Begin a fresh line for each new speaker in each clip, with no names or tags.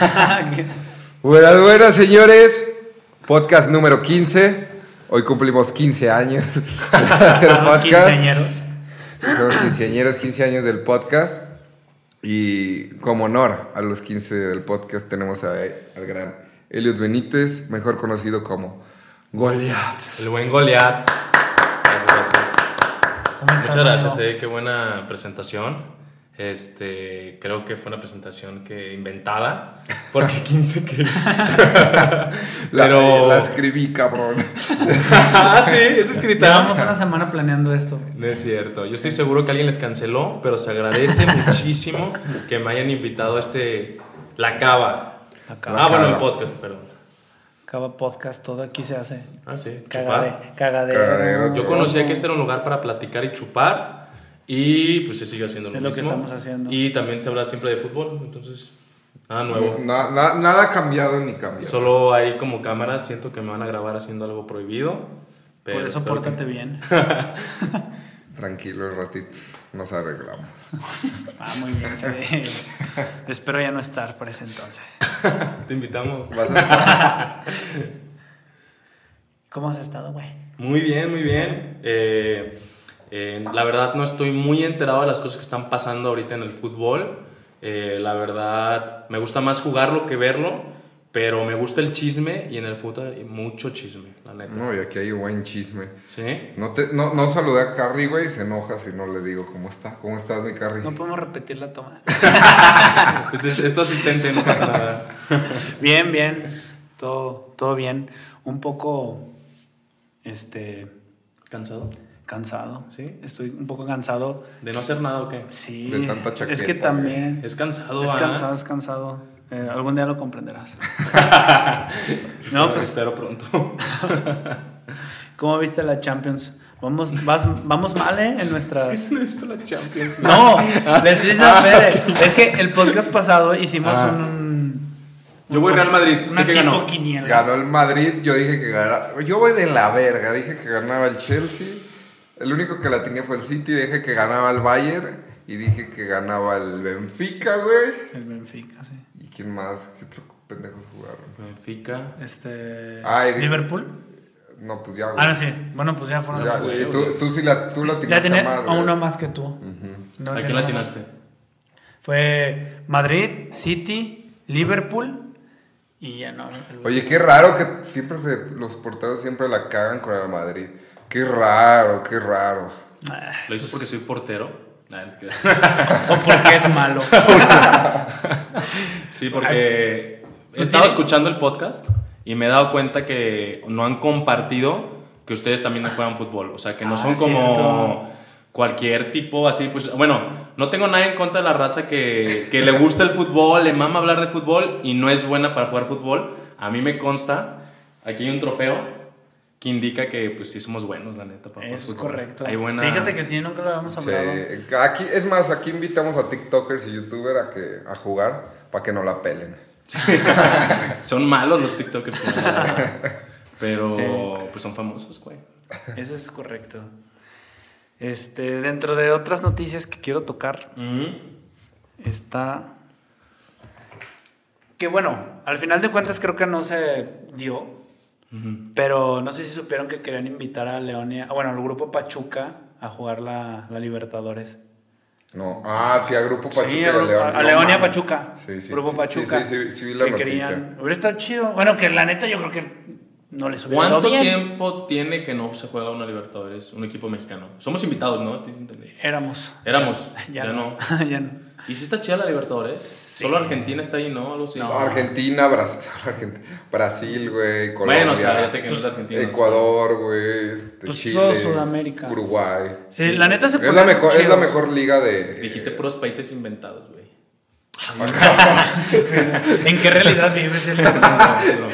Buenas, buenas, señores. Podcast número 15. Hoy cumplimos 15 años de hacer
Somos
podcast.
quinceañeros.
Somos quinceañeros, 15 años del podcast. Y como honor a los 15 del podcast tenemos a- al gran Eliot Benítez, mejor conocido como Goliath.
El buen Goliat. Gracias, gracias.
¿Cómo estás,
Muchas gracias,
amigo?
eh, qué buena presentación. Este, creo que fue una presentación que inventada, porque 15 que...
La,
Pero-
la escribí, cabrón.
ah, sí, es escrita.
Llevamos una semana planeando esto. güey.
No es cierto. Yo estoy seguro que alguien les canceló, pero se agradece muchísimo que me hayan invitado a este... La cava.
Acaba,
ah, bueno,
Cava.
el podcast, perdón.
acaba podcast, todo aquí se hace.
Ah, sí.
Cagade-
Chupar.
cagadero.
Cagadero,
Yo conocía que este era un lugar para platicar y chupar. Y pues se sigue haciendo lo
Es lo
mismo.
que estamos haciendo.
Y también se habla siempre de fútbol, entonces nada nuevo.
Na- na- nada ha cambiado ni cambiado.
Solo hay como cámaras, siento que me van a grabar haciendo algo prohibido. Pero
Por eso
espero que-
pórtate bien.
Tranquilo, el ratito. Nos arreglamos.
Ah, muy bien, Fede. Espero ya no estar por ese entonces.
Te invitamos.
Vas a estar-
¿Cómo has estado, güey?
Muy bien, muy bien. Eh, eh, la verdad no estoy muy enterado de las cosas que están pasando ahorita en el fútbol. Eh, la verdad me gusta más jugarlo que verlo, pero me gusta el chisme y en el fútbol hay mucho chisme, la neta.
Mm.
No, y aquí hay buen chisme.
¿Sí?
No, te, no, no saludé a Carrie, güey, se enoja si no le digo cómo está. ¿Cómo estás, mi Carrie?
No podemos repetir la toma.
Pues es, es tu asistente, no pasa nada.
Bien, bien. Todo, todo bien. Un poco, este,
¿Cansado?
cansado.
Sí.
Estoy un poco cansado.
¿De no hacer nada o qué?
Sí.
De tanta
Es
chaqueta,
que
sí.
también.
Es cansado,
Es
¿ah?
cansado, es cansado. Eh, algún día lo comprenderás. no, pues,
Espero pronto.
¿cómo viste la Champions? Vamos, vas- vamos mal, ¿eh? En nuestras.
no he visto la Champions.
No, les dice a Fede. Es que el podcast pasado hicimos
Ah.
un.
Yo voy Real Madrid,
Una
sé que
tipo
ganó.
quiniela.
Ganó el Madrid, yo dije que ganaba. Yo voy de la verga, dije que ganaba el Chelsea. El único que la tenía fue el City, dije que ganaba el Bayern. Y dije que ganaba el Benfica, güey.
El Benfica, sí.
¿Y quién más? ¿Qué otro pendejo jugaron?
Benfica.
Este.
Ay, di-
Liverpool.
No, pues ya, güey.
Ah, no, sí. Bueno, pues ya fueron.
Ya,
los-
güey, tú, tú sí la, tú la
La
tenías
tenía
mal,
a
güey.
uno más que tú. No
¿A
tenía
quién
uno
la atinaste?
Fue Madrid, City, Liverpool y ya no. el-
Oye, qué raro que siempre se, los porteros siempre la cagan con el Madrid. Qué raro, qué raro.
Ah,
¿Lo hizo porque soy portero? Nah, no te creas.
O porque es malo.
Sí, porque
Pues
he estado
tiene-
escuchando el podcast y me he dado cuenta que no han compartido que ustedes también juegan fútbol. O sea, que no
Ah,
son
es
como
cierto.
cualquier tipo así. Pues, bueno, no tengo nada en contra de la raza que, que le gusta el fútbol, le mama hablar de fútbol y no es buena para jugar fútbol. A mí me consta, aquí hay un trofeo que indica que pues sí somos buenos, la neta. para jugar
Es
fútbol.
correcto.
Hay buena...
Fíjate que sí, nunca lo habíamos
Sí,
hablado.
aquí, es más, aquí invitamos a TikTokers y YouTubers a, que, a jugar para que no la pelen.
Son malos los TikTokers. pues, Pero
Sí.
pues son famosos, güey.
Eso es correcto. Este, dentro de otras noticias que quiero tocar
Mm.
está que bueno, al final de cuentas creo que no se dio, pero no sé si supieron que querían invitar a León y a- bueno, al grupo Pachuca a jugar la, la Libertadores.
No, ah, sí, a Grupo Pachuca
Sí,
y
a
a
Grupo-
León.
A
No
León y a
mames.
Pachuca.
Sí, sí,
Grupo
sí,
Pachuca.
Sí, sí, sí, sí, vi la
que
noticia.
querían. Hubiera estado chido. Bueno, que la neta yo creo que no les hubiera
¿Cuánto
dado bien.
tiempo tiene que no se juega una Libertadores, un equipo mexicano? Somos invitados, ¿no? Estoy entendiendo.
Éramos.
Éramos,
Ya,
ya, no.
ya no.
¿Y si está chida la Libertadores? Solo Argentina está ahí, ¿no? Algo así.
No, Argentina, Brasil, Argentina, Brasil, güey, Colombia. pues,
Bueno, o sea, ya sé que no es Argentina.
Ecuador, güey, este,
Pues
Chile,
todo Sudamérica.
Uruguay.
Sí, la neta se
Es
pone
la, mejor, es
chido.
la mejor liga de... eh,
Dijiste puros países inventados, güey.
¿En qué realidad vives el
No, no.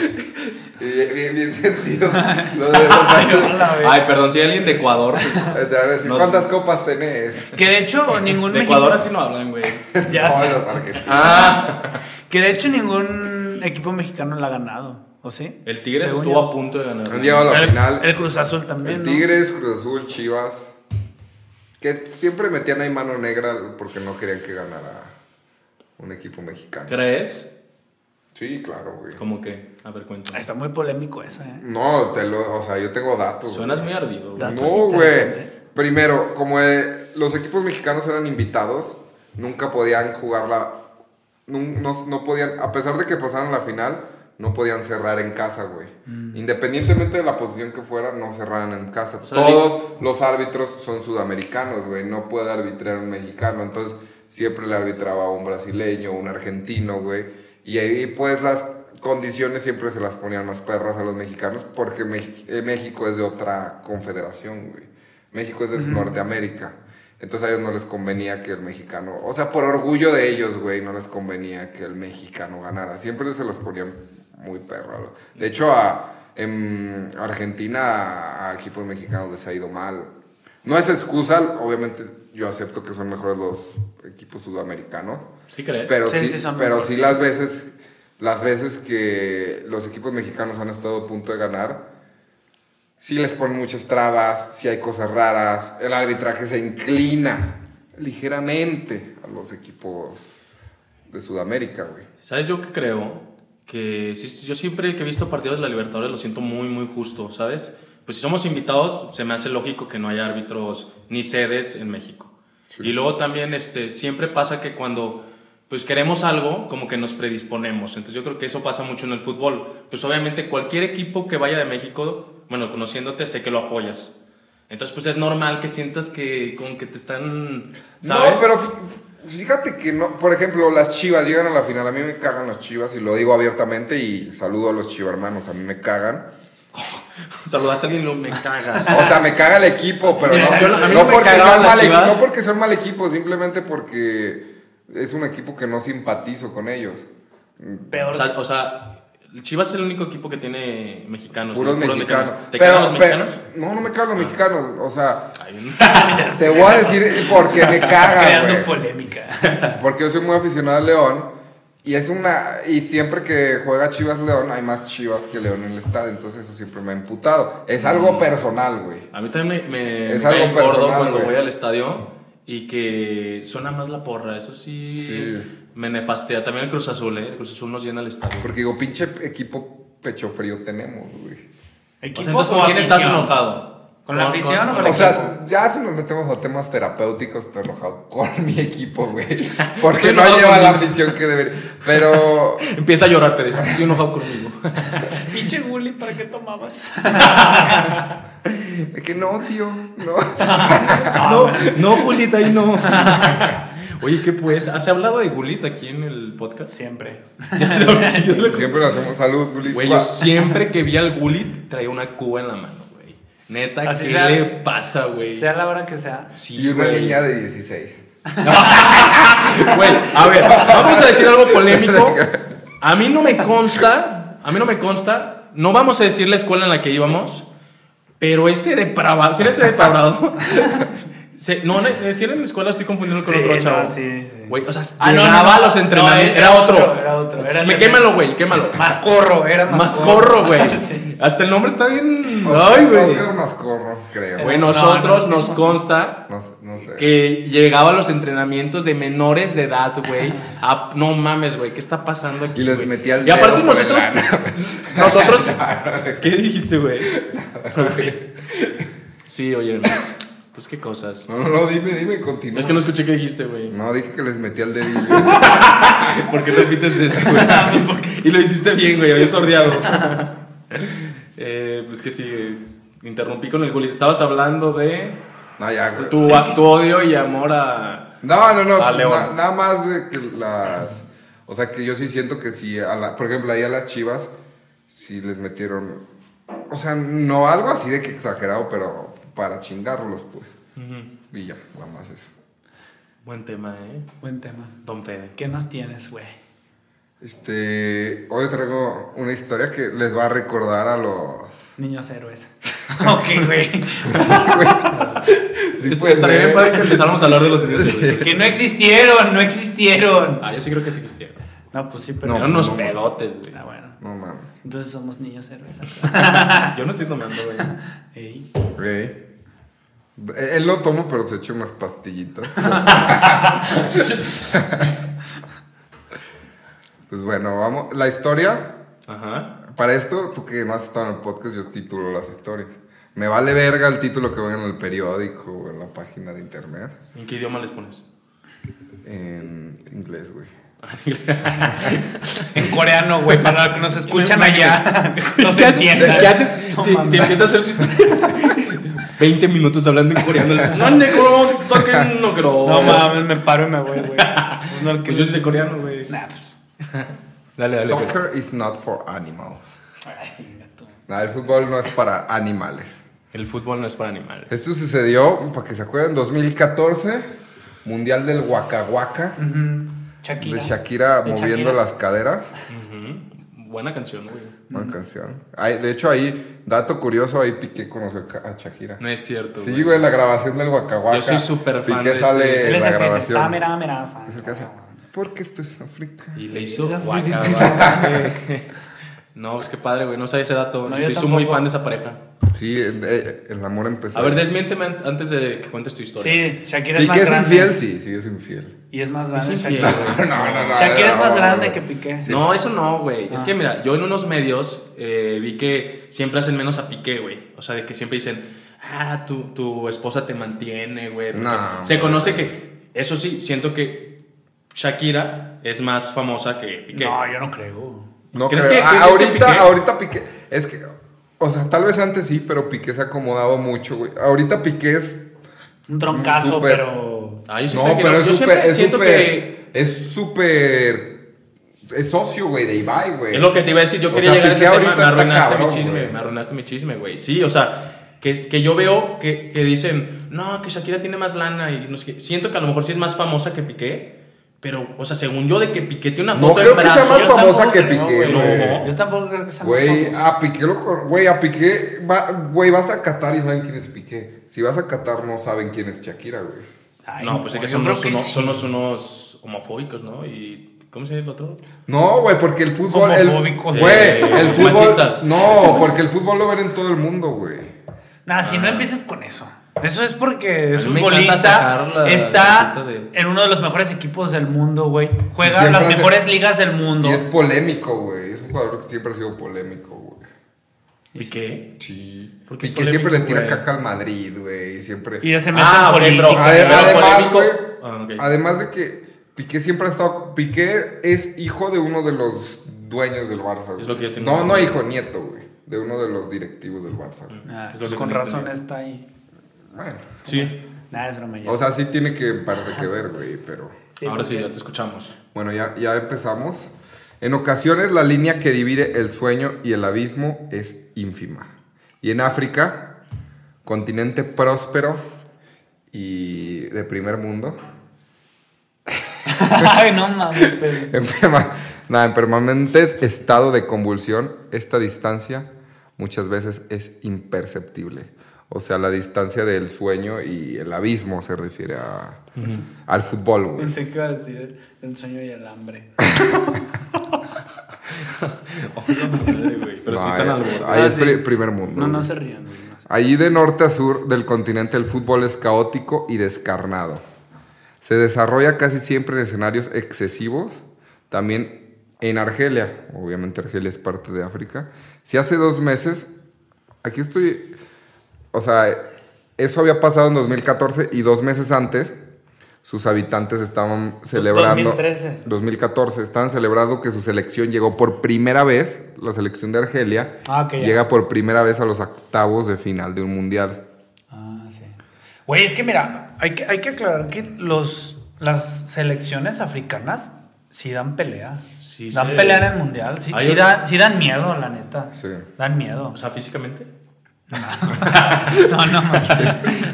Bien, eh, bien, bien sentido. Lo de repente,
Ay, perdón, si hay alguien de Ecuador. pues,
te van a decir,
No sé.
¿Cuántas copas tenés?
Que de hecho ningún
de
mexicano-
Ecuador así no hablan, güey.
Ya
No,
sé.
los argentinos.
Ah,
Que de hecho ningún equipo mexicano la ha ganado, ¿o sí?
el Tigres
Según
estuvo
yo.
a punto de ganar.
Han llegado a la
el,
final.
el Cruz Azul también.
El
¿no?
Tigres, Cruz Azul, Chivas. Que siempre metían ahí mano negra porque no querían que ganara un equipo mexicano.
¿Crees?
Sí, claro, güey.
Como que, a ver, cuéntame.
Está muy polémico eso, ¿eh?
No, te lo, o sea, yo tengo datos. güey.
Suenas muy ardido, güey.
Datos
No, güey.
interesantes.
Primero, como eh, los equipos mexicanos eran invitados, nunca podían jugar la... nun- No, no podían, a pesar de que pasaron la final, no podían cerrar en casa, güey. Independientemente de la posición que fuera, no cerraban en casa.
Mm. O sea,
Todos los árbitros son sudamericanos, güey. No puede arbitrar un mexicano. Entonces, siempre le arbitraba un brasileño, un argentino, güey. Y ahí, pues, las condiciones siempre se las ponían más perras a los mexicanos porque Mex- eh, México es de otra confederación, güey. México es de Norteamérica. Entonces a ellos no les convenía que el mexicano, o sea, por orgullo de ellos, güey, no les convenía que el mexicano ganara. Siempre se las ponían muy perro. De hecho, a, en Argentina a, a equipos mexicanos les ha ido mal. No es excusa, obviamente yo acepto que son mejores los equipos sudamericanos,
¿Sí crees?
pero
Sí,
sí,
sí son
pero
mejores.
sí las veces las veces que los equipos mexicanos han estado a punto de ganar sí les ponen muchas trabas sí hay cosas raras el arbitraje se inclina ligeramente a los equipos de Sudamérica güey
¿Sabes yo que creo? Que sí- yo siempre que he visto partidos de la Libertadores lo siento muy, muy justo, ¿sabes? Pues si somos invitados, se me hace lógico que no haya árbitros ni sedes en México.
Sí.
Y luego también este, siempre pasa que cuando pues queremos algo, como que nos predisponemos. Entonces yo creo que eso pasa mucho en el fútbol. Pues obviamente cualquier equipo que vaya de México, bueno, conociéndote, sé que lo apoyas. Entonces pues es normal que sientas que como que te están... ¿sabes?
No, pero fí- fíjate que no. Por ejemplo, las chivas llegan a la final. A mí me cagan las chivas y lo digo abiertamente. Y saludo a los chivarmanos. A mí me cagan.
Saludaste a alguien y luego me cagas.
O sea, me caga el equipo, pero no,
Yo- a mí
no
no me
porque
cagaban
son
las
mal equi-
Chivas.
no porque son mal equipo, simplemente porque es un equipo que no simpatizo con ellos.
Peor.
O sea, o sea, el Chivas es el único equipo que tiene mexicanos.
Puros
¿no?
mexicanos.
¿Te
Pero-
cagan los
pero-
mexicanos? Ah.
no, no me cagan los mexicanos. O sea,
Ay, no.
te voy a decir porque me cagan,
creando
güey.
polémica.
Porque yo soy muy aficionado al León. Y es una. Y siempre que juega Chivas León, hay más Chivas que León en el estadio. Entonces eso siempre me ha imputado. Es
Mm.
algo personal, güey.
a mí también me, me,
Es
me
algo
cae gordo
personal,
cuando
güey.
voy al estadio y que suena más la porra. Eso sí,
Sí.
me nefastea. También el Cruz Azul, ¿eh? El Cruz Azul nos llena el estadio.
Porque digo, pinche equipo pecho frío tenemos, güey.
O
Equipo
sea, entonces, ¿con
o
quién estás
afición?
enojado?
¿Con la afición o con el
O sea, ya si nos metemos a temas terapéuticos, estoy enojado con mi equipo, güey. Porque
Estoy
no
enojado
lleva la
conmigo.
afición que debería. Pero.
Empieza a llorar, Pedro. Estoy enojado conmigo.
Pinche bully, ¿para qué tomabas?
Es que no, tío. No.
no, no, Gulita, ahí no. Ah, Oye, ¿qué pues? ¿Has hablado de Gulita aquí en el podcast?
Siempre.
Siempre lo hacemos salud, Guli.
Güey, yo siempre que vi al Gulit traía una cuba en la mano, güey. Neta,
Así
¿qué
sea.
le pasa, güey?
Sea la hora que sea.
Sí,
Y una
güey.
niña de 16.
Güey, a ver, vamos a decir algo polémico. A mí no me consta, a mí no me consta, no vamos a decir la escuela en la que íbamos, pero ese depravado, si era ese depravado. se- no, no, eh, si era en la escuela estoy confundiendo con
Sí,
otro chavo.
no, sí, sí.
Güey, o sea,
Ah, no,
llegaba
no,
a
no,
los
no,
entrenamientos,
era
era, otro.
otro, era otro, era
Me
el-
quémalo, güey, quémalo.
Más corro, era más,
Mascorro, güey.
Sí.
Hasta el nombre está bien.
Oscar-
Ay, güey. Eh,
Oscar Mascorro, creo.
Güey,
No,
nosotros
no, no,
nos
sí,
consta
No, no sé.
que llegaba a los entrenamientos de menores de edad, güey. Ah, No mames, güey, ¿qué está pasando aquí?
Y les
güey?
metía el
Y aparte
dedo por el
nosotros.
ano.
Nosotros. ¿Qué dijiste, güey? sí, oye, pues qué cosas.
No, no, no, dime, dime, continúa.
Es que no escuché qué dijiste, güey.
No, dije que les metí al dedillo.
¿Por qué repites eso, güey? y lo hiciste bien, güey, habías sordeado. eh, pues que sí, eh, interrumpí con el gulito. Estabas hablando de
No, ya, güey.
tu, tu odio y amor a.
No, no, no.
A
pues,
León.
na- nada más de que las. O sea, que yo sí siento que si. A la, por ejemplo, ahí a las chivas. Sí les metieron. O sea, no algo así de que exagerado, pero para chingarlos, pues. Y ya, nada más eso.
Buen tema, ¿eh?
Buen tema.
Don Fede.
¿Qué nos tienes, güey?
Este. Hoy traigo una historia que les va a recordar a los.
Niños héroes. ok, güey.
Sí,
Est-
puede
estaría
ser.
pues, bien para que empezáramos a hablar de los indios. güey.
Que no existieron, no existieron.
Ah, yo sí creo que sí existieron.
No, pues sí, pero.
Eran unos
no.
pedotes, güey.
Ah, bueno.
No mames.
Entonces somos niños héroes.
Yo no estoy tomando, güey.
Ey.
Güey. Eh, Él lo tomo, pero se echa unas pastillitas. Pues bueno, vamos. La historia,
Ajá.
para esto, tú que más has estado en el podcast, yo titulo las historias. Me vale verga el título que ven en el periódico o en la página de internet.
¿En qué idioma les pones?
En inglés, güey.
En coreano, güey, para los que nos escuchan allá. No se
¿Qué haces?
entiendan.
¿Qué haces?
No
si,
mames.
si empieza a hacer su- 20 minutos hablando en coreano. No, negro, toquen, no creo.
No mames, me paro y me voy, güey. Pues no, el que-
Pues yo sí sé coreano, güey.
Nah, pues.
Dale, dale. pues.
Soccer is not for animals.
ay, chinga tú.
Nah, el fútbol no es para animales.
El fútbol no es para animales.
Esto sucedió, para que se acuerden, 2014, Mundial del Waka Waka,
Ujú.
de
Shakira.
Shakira
De
moviendo
Shakira.
las caderas.
Ujú. Buena canción, güey.
Buena canción. Ay, de hecho, ahí, dato curioso, ahí Piqué conoció a Shakira.
No es cierto.
Sí, güey, la grabación del Waka Waka.
Yo soy súper fan de
Piqué
ese-
sale
Él
en
es
la
el que dice,
grabación.
"Samira, mira, Samira".
Es el que hace, porque esto es África.
Y le hizo guaca, guaca, güey. No, pues qué padre, güey. No sabía ese dato.
No, yo
soy su muy
tampoco.
fan de esa pareja.
Sí, eh, eh, el amor empezó.
A ver, desmiénteme an- antes de que cuentes tu historia.
Sí, Shakira es más
Piqué es
grande.
infiel, sí, sí, es infiel.
Y es más
Es
grande
infiel,
Shakira.
güey.
No, no, no.
Shakira es
no,
más
no,
grande
no.
que Piqué.
No, eso no, güey.
Ah.
Es que mira, yo en unos medios eh, vi que siempre hacen menos a Piqué, güey. O sea, de que siempre dicen, ah, tu, tu esposa te mantiene, güey. porque
No,
se
güey.
conoce que, eso sí, siento que Shakira es más famosa que Piqué.
No, yo no creo.
No
¿Crees
creo.
que-
Ah,
crees que
ahorita,
Piqué?
ahorita Piqué. Es que. O sea, tal vez antes sí, pero Piqué se ha acomodado mucho, güey. Ahorita Piqué es.
Un troncazo,
Mm, Súper.
pero.
Ah, yo siempre
No,
que
pero es
yo
súper.
siempre
Es
siento que...
súper. Es súper. Es socio, güey, de Ibai, güey.
Es lo que te iba a decir, yo
O
quería
sea,
llegar a
Piqué
ese tema,
ahorita
me
está
arruinaste mi
cabrón,
chisme,
güey.
me arruinaste mi chisme, güey. Sí, o sea, que, que yo veo que, que dicen, no, que Shakira tiene más lana y no sé qué". Siento que a lo mejor sí es más famosa que Piqué, pero, o sea, según yo de que Piqué tiene una
No
foto
creo
en
que sea
brazo.
más
Yo
famosa
tampoco
que
creo,
Piqué,
güey.
Yo tampoco creo que sea más
Güey, ah.
famosa.
a Piqué lo con- Güey, a Piqué. va- Güey, vas a Qatar y saben quién es Piqué. Si vas a Qatar, no saben quién es Shakira, güey.
Ay,
no, pues es que
yo
son
creo
unos,
que
uno-
sí.
son unos, unos homofóbicos, ¿no? Y, ¿cómo se llama el otro?
No, güey, porque el fútbol. el-
Homofóbicos.
Güey,
Eh,
el fútbol.
machistas.
No, porque el fútbol lo ven en todo el mundo, güey.
Nah, si no empieces con eso. Eso es porque es
Ah. A mí me encanta
futbolista.
sacar la- la
está
cita de-
en uno de los mejores equipos del mundo, güey.
Y
Juega en
siempre
las
hace-
mejores ligas del mundo.
Y es polémico, güey. Es un jugador que siempre ha sido polémico, güey.
¿Piqué?
Sí.
¿Por qué
y que siempre le
polémico,
tira
güey?
caca al Madrid, güey. y Siempre.
Y ya se
Ah,
mete
ok,
en política.
bro.
Ade-
pero
además,
polémico.
güey,
Ah, ok.
además de que Piqué siempre ha estado. Piqué es hijo de uno de los dueños del Barça. güey.
Es lo que yo tengo.
No, no hijo, nieto, güey. De uno de los directivos del Barça. güey.
Ah,
Es lo
pues
que
con
me
razón
entendí.
está ahí.
Bueno.
Sí,
Nah, es broma ya.
O sea, sí tiene que parte que ver, güey, pero.
Sí,
ahora sí,
porque-
ya te escuchamos.
Bueno, ya, ya empezamos. En ocasiones la línea que divide el sueño y el abismo es ínfima. Y en África, continente próspero y de primer mundo,
Ay, no mames, pues. pero-
en, perma- nada, en permanente estado de convulsión, esta distancia muchas veces es imperceptible. O sea, la distancia del sueño y el abismo se refiere a- al fútbol. güey.
Pensé que iba a decir el sueño y el hambre.
Pero
No,
sí están
ahí-
alborotados.
ahí
Ah,
es
sí.
pri- primer mundo.
No, no
güey.
se rían. güey, no se-
Allí de norte a sur del continente el fútbol es caótico y descarnado. Se desarrolla casi siempre en escenarios excesivos. También en Argelia, obviamente Argelia es parte de África. Si hace dos meses, aquí estoy, o sea, eso había pasado en 2014 y dos meses antes sus habitantes estaban celebrando...
2013.
2014, estaban celebrando que su selección llegó por primera vez, la selección de Argelia,
Ah, ok, ya.
llega por primera vez a los octavos de final de un mundial.
Ah, sí. Güey, es que mira, hay que, hay que aclarar que los, las selecciones africanas sí dan pelea.
Sí,
dan
sí.
pelea en el mundial. Sí,
Hay
sí
un-
dan, sí dan miedo, la neta.
Sí.
Dan miedo.
O sea, físicamente.
no, no, manches.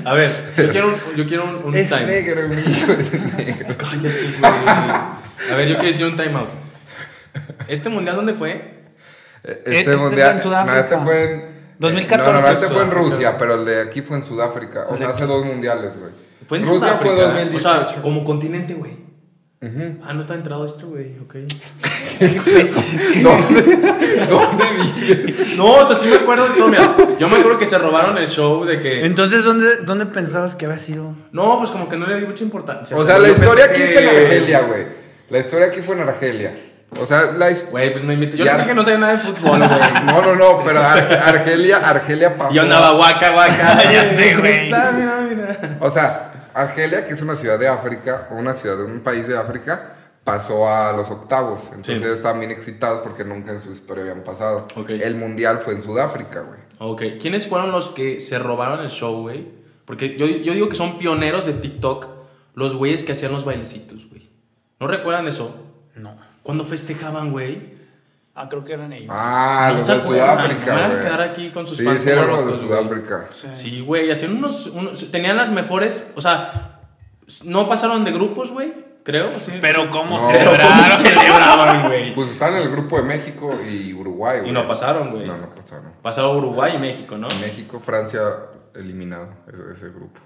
A ver, yo quiero un, yo quiero un, un
Es
time.
negro, mi hijo,
Eh,
es negro.
Cállate, güey. A ver, yo quiero decir un timeout. ¿Este mundial dónde fue?
Este,
este fue en
mundial,
Sudáfrica.
no, este fue en...
2014
No, no, este fue en
Sudáfrica.
Rusia, pero el de aquí fue en Sudáfrica. O sea, hace dos mundiales, güey.
Fue en
Rusia
Sudáfrica.
fue 2018.
O sea, como continente, güey. Ah, no está entrado esto, güey. Ok.
¿Dónde, ¿Dónde vives?
No, o sea, sí me acuerdo de todo. Mira, yo me acuerdo que se robaron el show de que.
Entonces, ¿dónde, ¿dónde pensabas que había sido?
No, pues como que no le di mucha importancia.
O sea, la
Yo
historia
pensé
aquí
que-
es en Argelia, güey. La historia aquí fue en Argelia. O sea, la his-
Güey, pues me invitó. Yo
Ya.
les dije que no sé nada de fútbol, güey.
No, no, no, pero Arge- Argelia, Argelia pasó.
Yo andaba guaca, guaca.
Ya sé, güey.
Ah, mira, mira.
O sea, Argelia, que es una ciudad de África, o una ciudad de un país de África, pasó a los octavos. Entonces
Sí.
ellos estaban bien excitados porque nunca en su historia habían pasado.
Ok.
El mundial fue en Sudáfrica, güey.
Ok, ¿quiénes fueron los que se robaron el show, güey? Porque yo, yo digo que son pioneros de TikTok los güeyes que hacían los bailecitos, güey. ¿No recuerdan eso?
No.
Cuando festejaban, güey.
Ah, creo que eran ellos.
Ah,
No
los
se
de
acuerdan, me
Sudáfrica,
van a
güey.
quedar aquí con sus
sí,
fans
sí, eran
como
los de
locos, güey.
Sudáfrica.
Sí, güey, hacían unos, unos- Tenían las mejores. O sea, no pasaron de grupos, güey, creo. sí.
Pero cómo
No.
celebraron.
celebraban, güey.
Pues están en el grupo de México y Uruguay, güey.
Y no pasaron, güey.
No, no pasaron.
Pasado Uruguay y México, ¿no?
México, Francia eliminado, ese, ese grupo.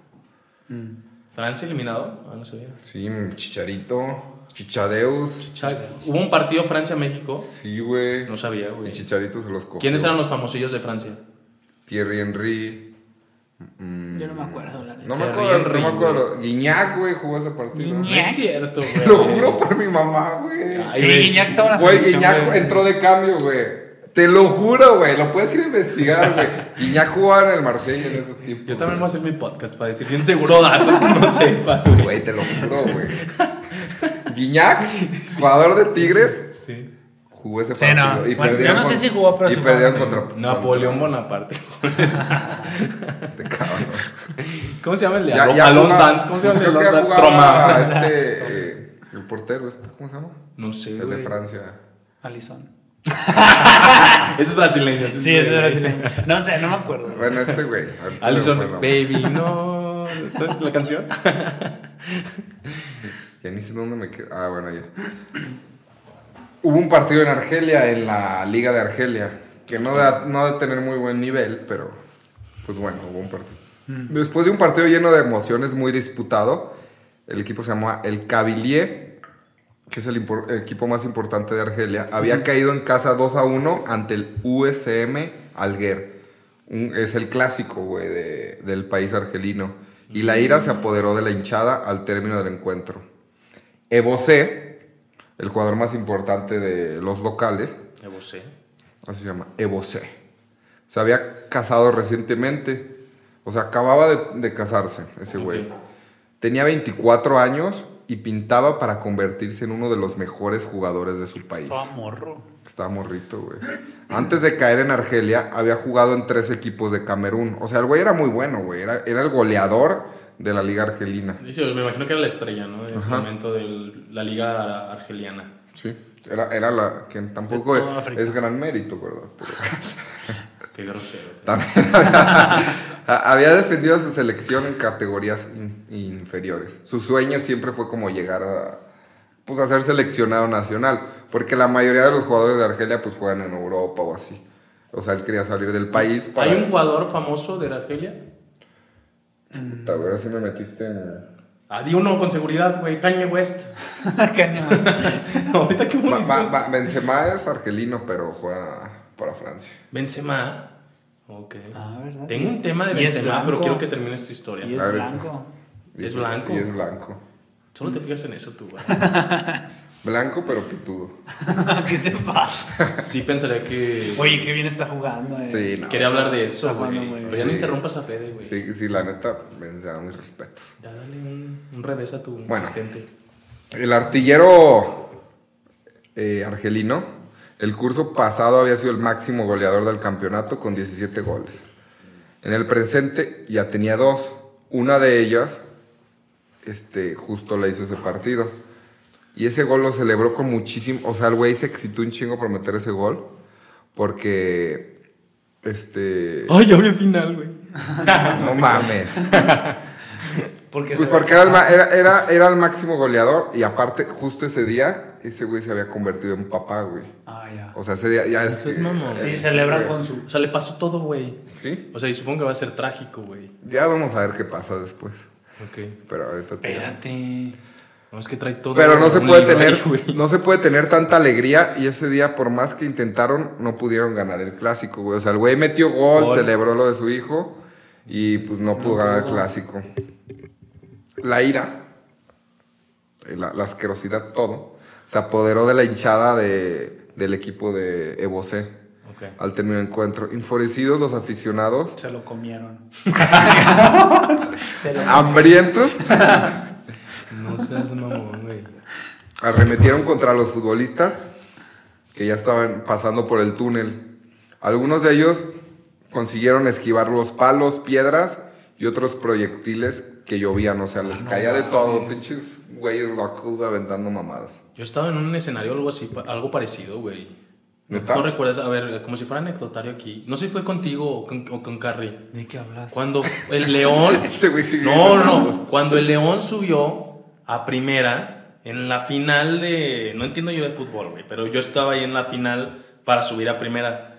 Francia eliminado. Ah, no sabía.
Sí, Chicharito, Chichadeus.
O sea, hubo un partido Francia-México.
Sí, güey.
No sabía,
Y
güey.
Chicharito se los cogió.
¿Quiénes eran los famosillos de Francia?
Thierry Henry. mm,
Yo no me acuerdo, la neta.
No me
Thierry
acuerdo, no
Henry,
me acuerdo. Guiñac, güey, jugó ese partido.
Guiñac.
No es cierto, güey.
Te lo juro por mi mamá, güey.
Ay,
Sí,
güey.
Guiñac estaba en la
Güey,
selección,
Guiñac
güey.
entró de cambio, güey. Te lo juro, güey. Lo puedes ir a investigar, güey. Guiñac jugaba en el Marsella en esos tiempos.
Yo también voy
güey.
a hacer mi podcast para decir bien seguro datos que no sepa, güey.
Güey, te lo juro, güey. Guiñac, jugador de Tigres,
Sí.
jugó ese
Sí,
partido.
no.
y
Bueno,
perdieron
yo no sé
con-
si jugó, pero
Y
sí
perdieron
jugó.
contra.
Napoleón Bonaparte.
Bonaparte, este cabrón.
¿Cómo se llama el de
Ya,
Alon-
ya
Alon
jugaba-
Dance? ¿Cómo se llama el de
creo
Alon
que
Dance?
jugaba
Troma.
Este, eh, el portero, este, ¿cómo se llama?
No sé,
El de
güey.
Francia.
Alisson.
Ese es brasileño. ese
Sí, ese era brasileño. No sé, no me acuerdo.
Bueno, este güey. ahorita
Alison,
le fue el nombre.
baby, no. ¿Sabes la canción?
Ya ni sé dónde me quedo. Ah, bueno, ya. Hubo un partido en Argelia, en la Liga de Argelia, que no da, no ha de tener muy buen nivel, pero pues bueno, hubo un partido. Después de un partido lleno de emociones, muy disputado, el equipo se llama El Cabilier, que es el, impor- el equipo más importante de Argelia. Había caído en casa 2 a 1 ante el USM Alguer. Un- es el clásico, güey, de- del país argelino. Y la ira se apoderó de la hinchada al término del encuentro. Ebocé, el jugador más importante de los locales,
Evo C.
así se llama, Ebocé, se había casado recientemente. O sea, acababa de, de casarse ese güey.
Ok.
Tenía 24 años y pintaba para convertirse en uno de los mejores jugadores de su país.
Estaba morro.
Estaba morrito, güey. Antes de caer en Argelia, había jugado en tres equipos de Camerún. O sea, el güey era muy bueno, güey. Era, era el goleador de la liga argelina.
Dice, Me imagino que era la estrella, ¿no? En ese
Ajá.
momento de la liga argeliana.
Sí. Era, era la que tampoco
De
es,
toda África.
es gran mérito, ¿verdad? Pero-
Qué grosero.
También había, había defendido a su selección en categorías in- inferiores. Su sueño siempre fue como llegar a, pues, a ser seleccionado nacional, porque la mayoría de los jugadores de Argelia pues juegan en Europa o así. O sea, él quería salir del país. Para,
¿Hay un jugador famoso de Argelia?
Puta, güey, ahora sí me metiste en...
Ah, di uno con seguridad, güey. Kanye West.
Qué animal.
Ahorita que
Ba-
uno
ba-
dice-
ba- Benzema es argelino, pero juega para Francia.
Benzema. Ok.
Ah, ¿verdad?
Tengo un tema de
Y es
Benzema, pero
blanco.
quiero que termines tu historia.
Y es
Ahorita.
blanco.
Y
¿Es blanco?
Y es blanco.
Solo te fijas en eso tú, güey.
Blanco, pero pitudo.
Ah,
¿Qué te pasa?
Sí pensaría que...
Oye, qué bien está jugando, eh.
Sí, no.
Quería hablar de eso,
Está jugando
güey.
muy bien.
Pero ya no
Sí.
interrumpas a Fede, güey.
Sí, sí, la neta, Benzema, mis respetos.
Ya dale un, un revés a tu
Bueno.
asistente.
El artillero eh, argelino, el curso pasado había sido el máximo goleador del campeonato con 17 goles. En el presente ya tenía dos. Una de ellas, este, justo la hizo ese partido. Y ese gol lo celebró con muchísimo. O sea, el güey se excitó un chingo por meter ese gol. Porque. Este.
Ay, ya vi el final, güey.
No mames.
Porque
Pues
se-
porque era el, ma- era, era- era el máximo goleador y aparte, justo ese día, ese güey se había convertido en papá, güey.
Ah, ya.
O sea, ese día ya es.
Eso es
que-
mamón.
Sí,
eh,
celebran
güey.
con su.
O sea, le pasó todo, güey.
Sí,
O sea, y supongo que va a ser trágico, güey.
ya vamos a ver qué pasa después.
Ok.
Pero ahorita te-
Espérate.
No, es que trae todo...
Pero no se
un
puede
libro
tener,
ahí, güey.
no se puede tener tanta alegría y ese día, por más que intentaron, no pudieron ganar el clásico, güey. O sea, el güey metió gol,
Gol.
celebró lo de su hijo y pues no pudo ganar el clásico. La ira, la, la eh, asquerosidad, todo, se apoderó de la hinchada de, del equipo de Ebocé
Ok.
al término del encuentro. Enfurecidos los aficionados,
Se lo comieron. Se lo-
hambrientos,
No seas mamón, güey.
arremetieron contra los futbolistas que ya estaban pasando por el túnel. Algunos de ellos consiguieron esquivar los palos, piedras y otros proyectiles que llovían. O sea, les caía de todo. Pinches güeyes locos güey, aventando mamadas.
Yo estaba en un escenario algo así, pa- algo parecido, güey.
¿Neta?
¿No recuerdas? A ver, como si fuera anecdotario aquí. No sé si fue contigo o con, o con Carrie.
¿De qué hablas?
Cuando el León...
Este güey sigue
No, no,
grabando.
no. Cuando el León subió a primera en la final de. No entiendo yo de fútbol, güey, pero yo estaba ahí en la final para subir a primera.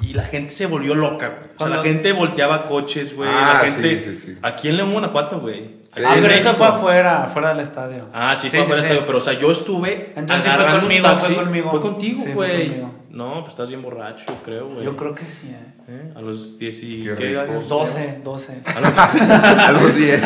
Y la gente se volvió loca, güey. O sea,
Cuando-
la gente volteaba coches, güey.
Ah,
la gente.
sí, sí, sí.
Aquí en León, Guanajuato, güey.
Sí.
Ah,
Aquí en
pero eso
México.
fue afuera, afuera del estadio.
Ah, sí, fue afuera del estadio, pero o sea, yo estuve.
Entonces sí fue
agarrando un
conmigo, fue
taxi.
conmigo.
Fue contigo,
Sí, fue
güey.
conmigo.
no, pues estás bien borracho, yo creo, güey.
Yo creo que sí, eh.
¿Eh? A los 10 y.
Qué
¿qué
rico.
años?
12, 12.
A los
A los 10.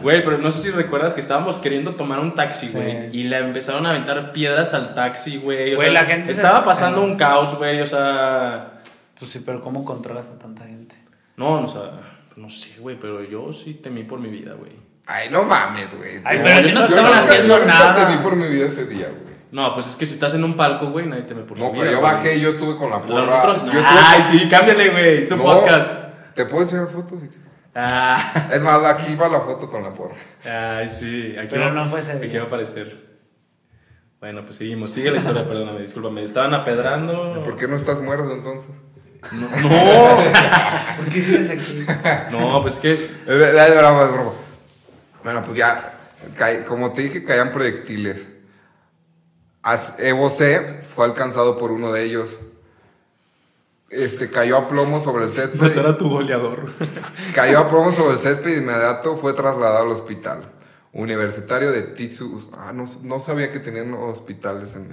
Güey, pero no sé si recuerdas que estábamos queriendo tomar un taxi,
Sí.
güey. Y le empezaron a aventar piedras al taxi, güey. O
Güey,
sea,
la gente se-
Estaba pasando un caos, güey. O sea.
Pues sí, pero ¿cómo controlas a tanta gente?
No, o sea. No sé, güey, pero yo sí temí por mi vida, güey.
Ay, no mames, güey.
Ay,
No,
pero
yo
aquí no
nunca-
estaban
yo nunca-
haciendo
yo nunca
nada.
temí por mi vida ese día, güey.
No, pues es que si estás en un palco, güey, nadie teme por
No,
su vida.
pero yo
güey.
bajé y yo estuve con la porra.
Nosotros no.
Yo estuve-
Ay, sí, cámbiale, güey. Es un
No,
podcast.
Te puedo enseñar fotos. si quieres.
Ah,
Es más, aquí va la foto con la porra.
ay, sí. Aquí
Pero
va-
no fue ese
Aquí
día.
va a aparecer. Bueno, pues seguimos. Sigue la historia, perdóname, discúlpame. Estaban apedrando.
¿Por qué no estás muerto entonces?
No.
¿Por qué sigues aquí?
No, pues que
Es verdad, es broma, es broma. Bueno, pues ya, cae- como te dije, caían proyectiles. As- Evo C fue alcanzado por uno de ellos. Este, cayó a plomo sobre el césped.
era tu goleador.
Cayó a plomo sobre el césped y de inmediato fue trasladado al hospital. Universitario de Tizus. Ah, no, no sabía que tenían hospitales en.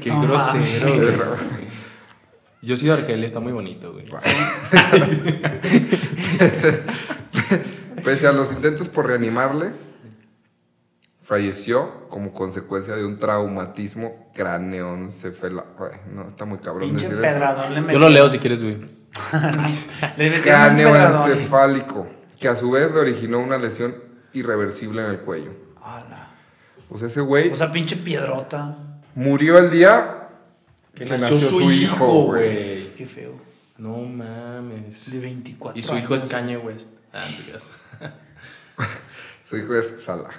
Qué
No
grosero,
mames.
güey. Yo soy de Argelia, está muy bonito, güey.
Pese a los intentos por reanimarle, falleció como consecuencia de un traumatismo craneoencefala. Ay, No, está muy cabrón
Pinche
decir eso.
pedrador le
Yo lo
metieron.
leo si quieres, güey.
Le metieron un pedradón.
Craneoencefálico, que a su vez le originó una lesión irreversible en el cuello.
Ala.
O sea, ese güey
O sea, pinche piedrota.
murió el día
Que nació su hijo, güey.
Qué feo.
No mames.
De 24
Y su hijo es
años.
Kanye West. Ah, no digas.
Su hijo es Salah,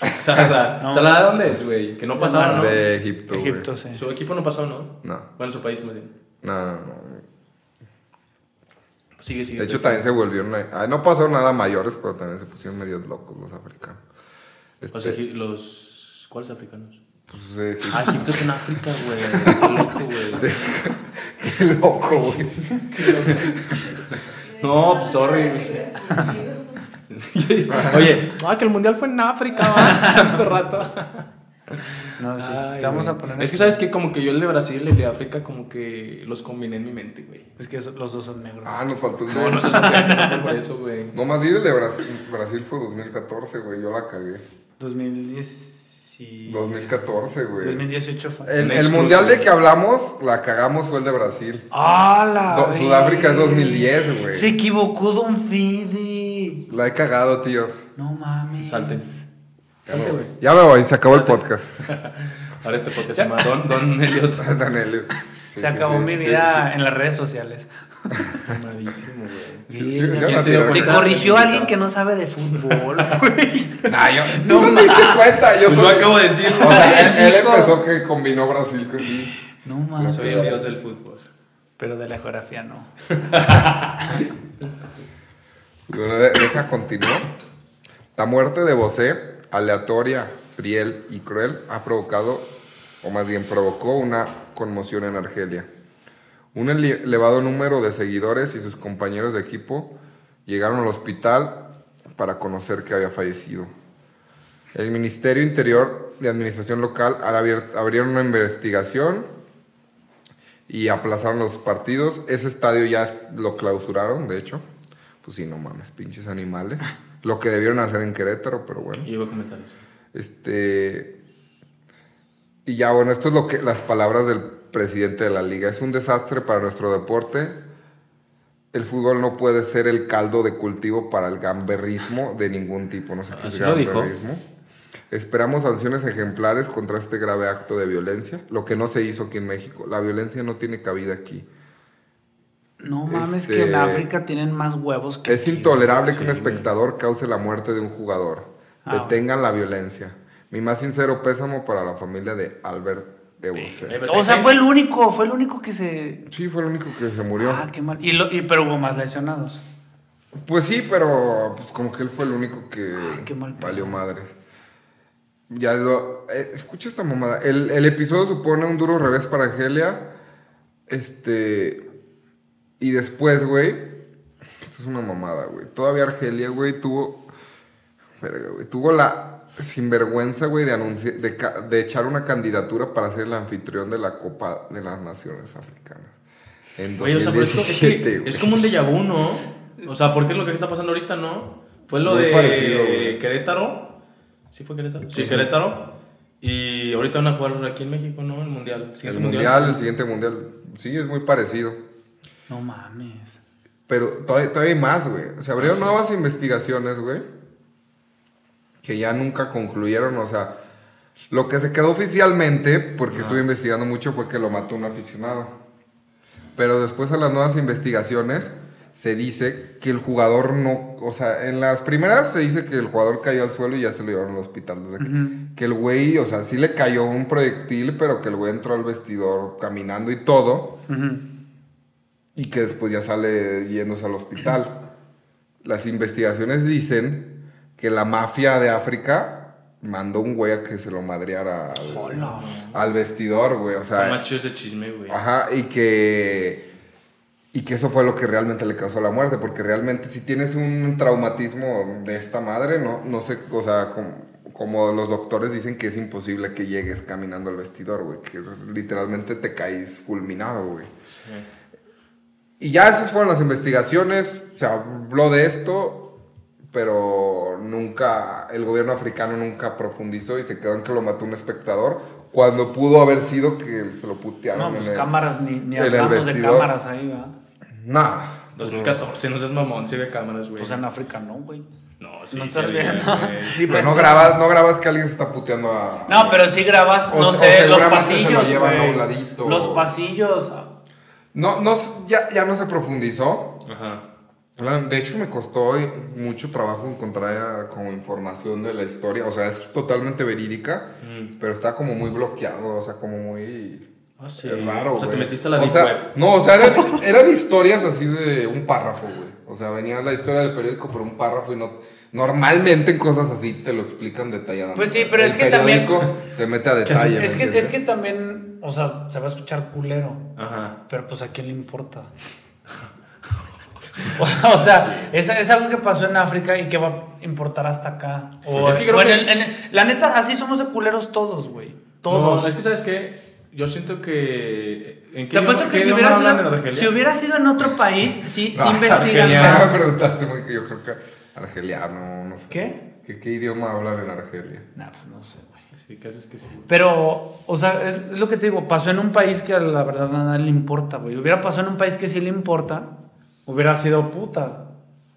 Salah.
No.
¿Salah de dónde es, güey? Que no
De
pasaba, ¿no?
de Egipto. güey.
Egipto, sí.
Su equipo no pasó, ¿no?
No,
Bueno, su país, más bien.
no, no, no.
Sigue, sigue.
De hecho, también se volvieron. ah, no pasó nada mayores, pero también se pusieron medios locos los africanos. Este,
O sea, egip- los... ¿Cuáles africanos?
pues, eh,
Ah, Egipto es en África, güey. Qué loco, güey.
qué loco, güey.
No, pues, sorry. Oye, ah, que el mundial fue en África, ¿va? Hace rato.
No, sí.
Ay,
Te vamos
güey.
a poner. este.
Es que sabes que como que yo el de Brasil y el de África como que los combiné en mi mente, güey.
Es que so- los dos son negros.
Ah, nos faltó el
No, no
de-
sé si fue por eso, güey.
No más bien el de Brasil, Brasil fue 2014, güey. Yo la cagué.
2010 y-
2014, güey.
2018 fue.
El, el
Next
mundial
Tuesday.
de que hablamos, la cagamos fue el de Brasil.
¡Hala!
Do-
güey!
Sudáfrica es 2010, güey.
Se equivocó Don Fede.
La he cagado, tíos.
No mames.
Salten.
Ya me voy. Ya me voy, se acabó el podcast.
Ahora este podcast se llama Don, Don Elliot.
Daniel.
Se
Sí, sí,
acabó
sí,
mi
sí,
vida en las redes sociales.
Mamadísimo, güey.
Sí, sí, sí, sí,
¿Quién
no
se dio
te-
Te
cuenta?
corrigió alguien que no sabe de fútbol, güey.
Nah, yo, tú
No
no, te diste cuenta, yo
Pues yo
solo-
acabo de decir.
O sea, él, él
Hijo.
empezó que combinó Brasil que sí.
No
Yo
mames.
Soy el dios del fútbol.
Pero de la geografía no.
Pero de- deja continuar. La muerte de Bosé, aleatoria, friel y cruel, ha provocado, o más bien provocó, una conmoción en Argelia. Un ele- elevado número de seguidores y sus compañeros de equipo llegaron al hospital para conocer que había fallecido. El Ministerio Interior de Administración Local al abier- abrieron una investigación y aplazaron los partidos. Ese estadio ya es- lo clausuraron, de hecho. Pues sí, no mames, pinches animales. Lo que debieron hacer en Querétaro, pero bueno.
Y iba a comentar eso.
Este. Y ya, bueno, esto es lo que las palabras del presidente de la liga. Es un desastre para nuestro deporte. El fútbol no puede ser el caldo de cultivo para el gamberrismo de ningún tipo. No sé qué es
Así lo dijo.
gamberrismo. Esperamos sanciones ejemplares contra este grave acto de violencia, lo que no se hizo aquí en México. La violencia no tiene cabida aquí.
No mames,
Este-
que en África tienen más huevos que.
Es
aquí.
intolerable que un
Sí,
espectador cause la muerte de un jugador.
Ah,
Detengan la violencia. Mi más sincero pésamo para la familia de Albert Ebuse.
O sea, fue el único, fue el único que se.
Sí, fue el único que se murió.
Ah, qué mal. Y, lo- y- pero hubo más lesionados.
Pues sí, pero pues como que él fue el único que
Ah, qué mal pedo.
valió madres. Ya lo. eh, escucha esta mamada. El, el episodio supone un duro revés para Argelia. Este. Y después, güey. Esto es una mamada, güey. Todavía Argelia, güey, tuvo. Verga, güey. Tuvo la sinvergüenza, güey, de, anunci- de, ca- de echar una candidatura para ser el anfitrión de la Copa de las Naciones Africanas. En
Oye, o sea, pero es, co- es que-
2017, güey.
es como un déjà vu, ¿no? O sea, porque es lo que está pasando ahorita, ¿no? Fue lo
Muy
de
parecido, güey.
Querétaro. ¿Sí fue Querétaro? Sí,
Sí.
Querétaro. Y ahorita van a jugar aquí en México, ¿no? El Mundial.
El
siguiente
mundial, el siguiente mundial. Sí, es muy parecido.
No mames.
Pero todavía, todavía hay más, güey. Se abrieron nuevas investigaciones, güey. Que ya nunca concluyeron, o sea. Lo que se quedó oficialmente, porque estuve investigando mucho, fue que lo mató un aficionado. Pero después a las nuevas investigaciones se dice que el jugador no, o sea, en las primeras se dice que el jugador cayó al suelo y ya se lo llevaron al hospital. desde que- que, el güey, o sea, sí le cayó un proyectil, pero que el güey entró al vestidor caminando y todo. Y que después ya sale yéndose al hospital. Las investigaciones dicen que la mafia de África mandó un güey a que se lo madreara al,
Hola.
al vestidor, güey. O sea,
Está más chido ese chisme, güey.
Ajá, y que. Y que eso fue lo que realmente le causó la muerte, porque realmente si tienes un traumatismo de esta madre, no, no sé, o sea, com- como, los doctores dicen que es imposible que llegues caminando al vestidor, güey, que literalmente te caís fulminado, güey.
Eh,
Y ya esas fueron las investigaciones, se habló de esto, pero nunca, el gobierno africano nunca profundizó y se quedó en que lo mató un espectador, cuando pudo haber sido que se lo putearon.
No,
en
pues
el-
cámaras, ni, ni
en el
hablamos de
vestidor.
cámaras ahí, ¿verdad?
Nah.
2014, no seas mamón, sí ve cámaras, güey.
Pues en África no, güey.
no, sí,
no
sí
estás
había,
viendo.
güey.
Sí, pero no grabas, no grabas que alguien se está puteando a...
No, pero sí grabas,
O
no
se- o
sé, los
seguramente se lo
pasillos.
llevan a
güey.
un ladito.
Los pasillos.
No, no, s- ya, ya no se profundizó.
Ajá.
De hecho, me costó mucho trabajo encontrar eh, como información de la historia. O sea, es totalmente verídica,
Mm.
pero está como muy bloqueado, o sea, como muy...
Ah, sí.
Es raro,
O sea, te
güey.
metiste a la
O
deep
sea,
web.
No, o sea, eran, eran historias así de un párrafo, güey. O sea, venía la historia del periódico, pero un párrafo y no. Normalmente en cosas así te lo explican detalladamente.
Pues sí, pero
El
es que también-
periódico se mete a detalle. ¿me
es, que,
entiendes?
es que también, o sea, se va a escuchar culero.
Ajá.
Pero pues a quién le importa. O sea, o sea, es, es algo que pasó en África y que va a importar hasta acá. O-
Es que creo
bueno,
que-
en- en- la neta, así somos de culeros todos, güey. Todos.
No, es que, ¿sabes qué? Yo siento que... ¿En
Te apuesto
idioma-
que
qué
si
idioma
hubiera,
hablan en
sido,
Argelia?
si hubiera sido en otro país, sí, sí
Ah,
investigan
argeliano.
más.
Me preguntaste, güey, que yo creo que argeliano, no sé.
¿Qué?
¿Qué, qué idioma hablan en Argelia?
Nah, pues no sé, güey.
Sí, que haces que sí.
Pero, o sea, es, es lo que te digo, pasó en un país que a la verdad a nadie le importa, güey. Hubiera pasado en un país que sí le importa, hubiera sido puta.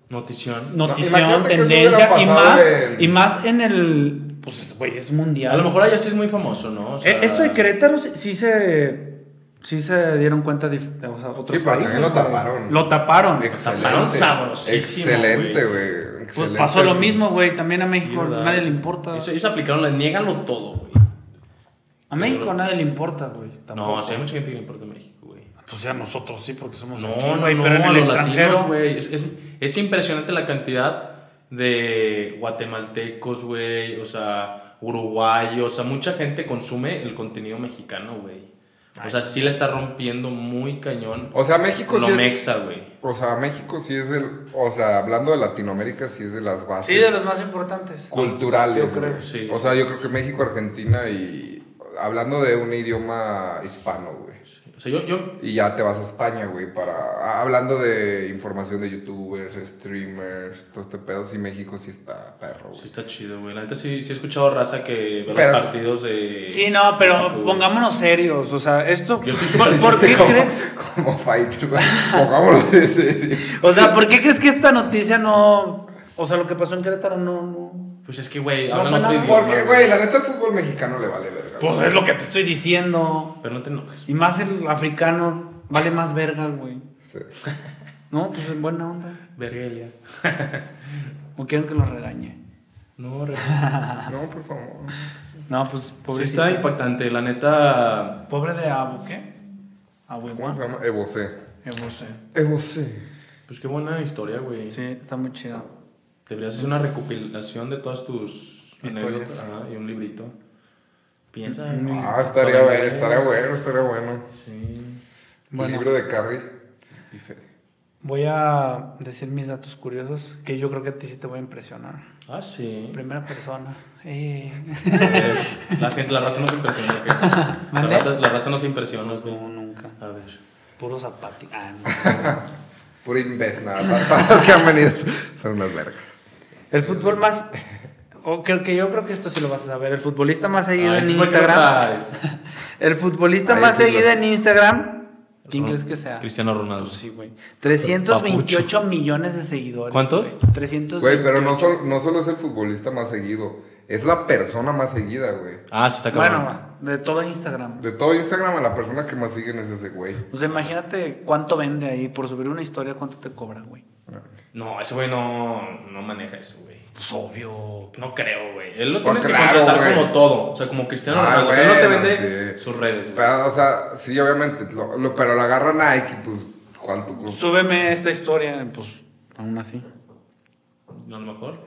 Notición.
Notición,
imagínate que eso
tendencia
hubiera
y
pasado
más,
en-
y más en el. Pues, güey, es mundial.
A lo mejor allá sí es muy famoso, ¿no? O sea,
Eh, Esto de Querétaro sí, sí se. Sí se dieron cuenta de, de- o sea, otros
Sí, pero
países,
también lo
güey.
taparon.
Lo taparon.
taparon
Excelente.
sabrosísimo,
Excelente,
güey.
güey.
Pues
excelente.
pasó lo mismo, güey. También a
sí,
México
¿verdad?
nadie le importa.
Eso- ellos aplicaron la niégalo todo, güey.
A México nadie le importa, güey. Tampoco.
No, sí hay mucha gente que le importa México, güey.
Pues ya nosotros sí, porque somos
No,
aquí,
no,
güey.
no,
pero en el
los
extranjero.
latinos, güey. Es, es- es impresionante la cantidad de guatemaltecos, güey. O sea, uruguayos. O sea, mucha gente consume el contenido mexicano, güey. O sea, sí la está rompiendo muy cañón.
O sea, México
lo
sí es.
mexa, güey.
O sea, México sí es el. O sea, hablando de Latinoamérica, sí es de las bases.
Sí, de los más importantes.
culturales.
Yo creo,
güey.
sí.
O sea, yo creo que México, Argentina y hablando de un idioma hispano, güey.
O sea, yo, yo
Y ya te vas a España, güey, para... ah, Hablando de información de youtubers, streamers, todo este pedo, sí, México sí está perro,
Sí
güey.
está chido, güey. La neta sí, sí he escuchado raza que ve
Pero-
los partidos de...
Sí, no, pero
México,
pongámonos serios. O sea, esto.
Yo estoy
¿Por, por qué
como,
crees?
Como fighters, güey. pongámoslo de serio.
O sea, ¿por qué crees que esta noticia no. O sea, lo que pasó en Querétaro no. no...
Pues es que, güey,
No
hablan
fue
otro
nada.
idioma,
Porque, güey, la neta, el fútbol mexicano le vale verga. güey.
Pues es lo que te estoy diciendo.
Pero no te enojes.
Y más el africano vale más verga, güey.
Sí.
No, pues en buena onda.
Verguelia.
O quieren que los regañe.
No, re-
No, por favor.
No, pues
Sí
pobre.
está impactante. La neta...
Pobre de Abu, ¿qué? Abu
¿Cómo se llama? Evocé.
Ebose.
Evocé.
Pues qué buena historia, güey.
Sí, está muy chida.
Deberías hacer una recopilación de todas tus
Historias.
anécdotas ajá, y un librito. Piensa.
Mm.
Ah, estaría,
Para
bueno,
ver.
estaría bueno, estaría bueno.
Sí.
Bueno.
El libro de Carrie y Fede.
Voy a decir mis datos curiosos, que yo creo que a ti sí te voy a impresionar.
Ah, sí.
Primera persona. Eh.
Eh, la gente, la raza nos impresiona, ¿ok? La
¿Mande?
raza, la raza nos impresiona, güey.
No, nunca.
A ver.
Puro zapati. Ah, no.
Pura imbécil, nada. Para todas las que han venido son unas vergas.
El fútbol más... o Oh, creo que yo creo que esto sí lo vas a saber. El futbolista más seguido
Ah,
en
¿qué fue que
Instagram.
traes?
El futbolista
Ahí
más
sí lo-
seguido en Instagram. ¿Quién
Ron-
crees que sea? Pues
Cristiano Ronaldo.
Sí, güey. 328 millones de seguidores.
¿Cuántos?
güey. 328.
Güey, pero no solo, no solo es el futbolista más seguido, es la persona más seguida, güey.
Ah, sí está cabrón.
Bueno, de todo Instagram.
De todo Instagram, a la persona que más siguen es ese güey.
O sea, imagínate cuánto vende ahí por subir una historia, cuánto te cobra, güey.
No, ese güey no, no maneja eso, güey.
Pues obvio.
No creo, güey. Él lo
Pues
tiene
claro,
que contratar
güey.
como todo. O sea, como Cristiano
Ah,
Ronaldo. O sea, él no te
bueno,
vende
sí.
sus redes, güey.
Pero, o sea, sí, obviamente, lo, lo- pero lo agarra Nike, pues, ¿cuánto cuesta?
Súbeme esta historia, pues aún así.
A lo mejor.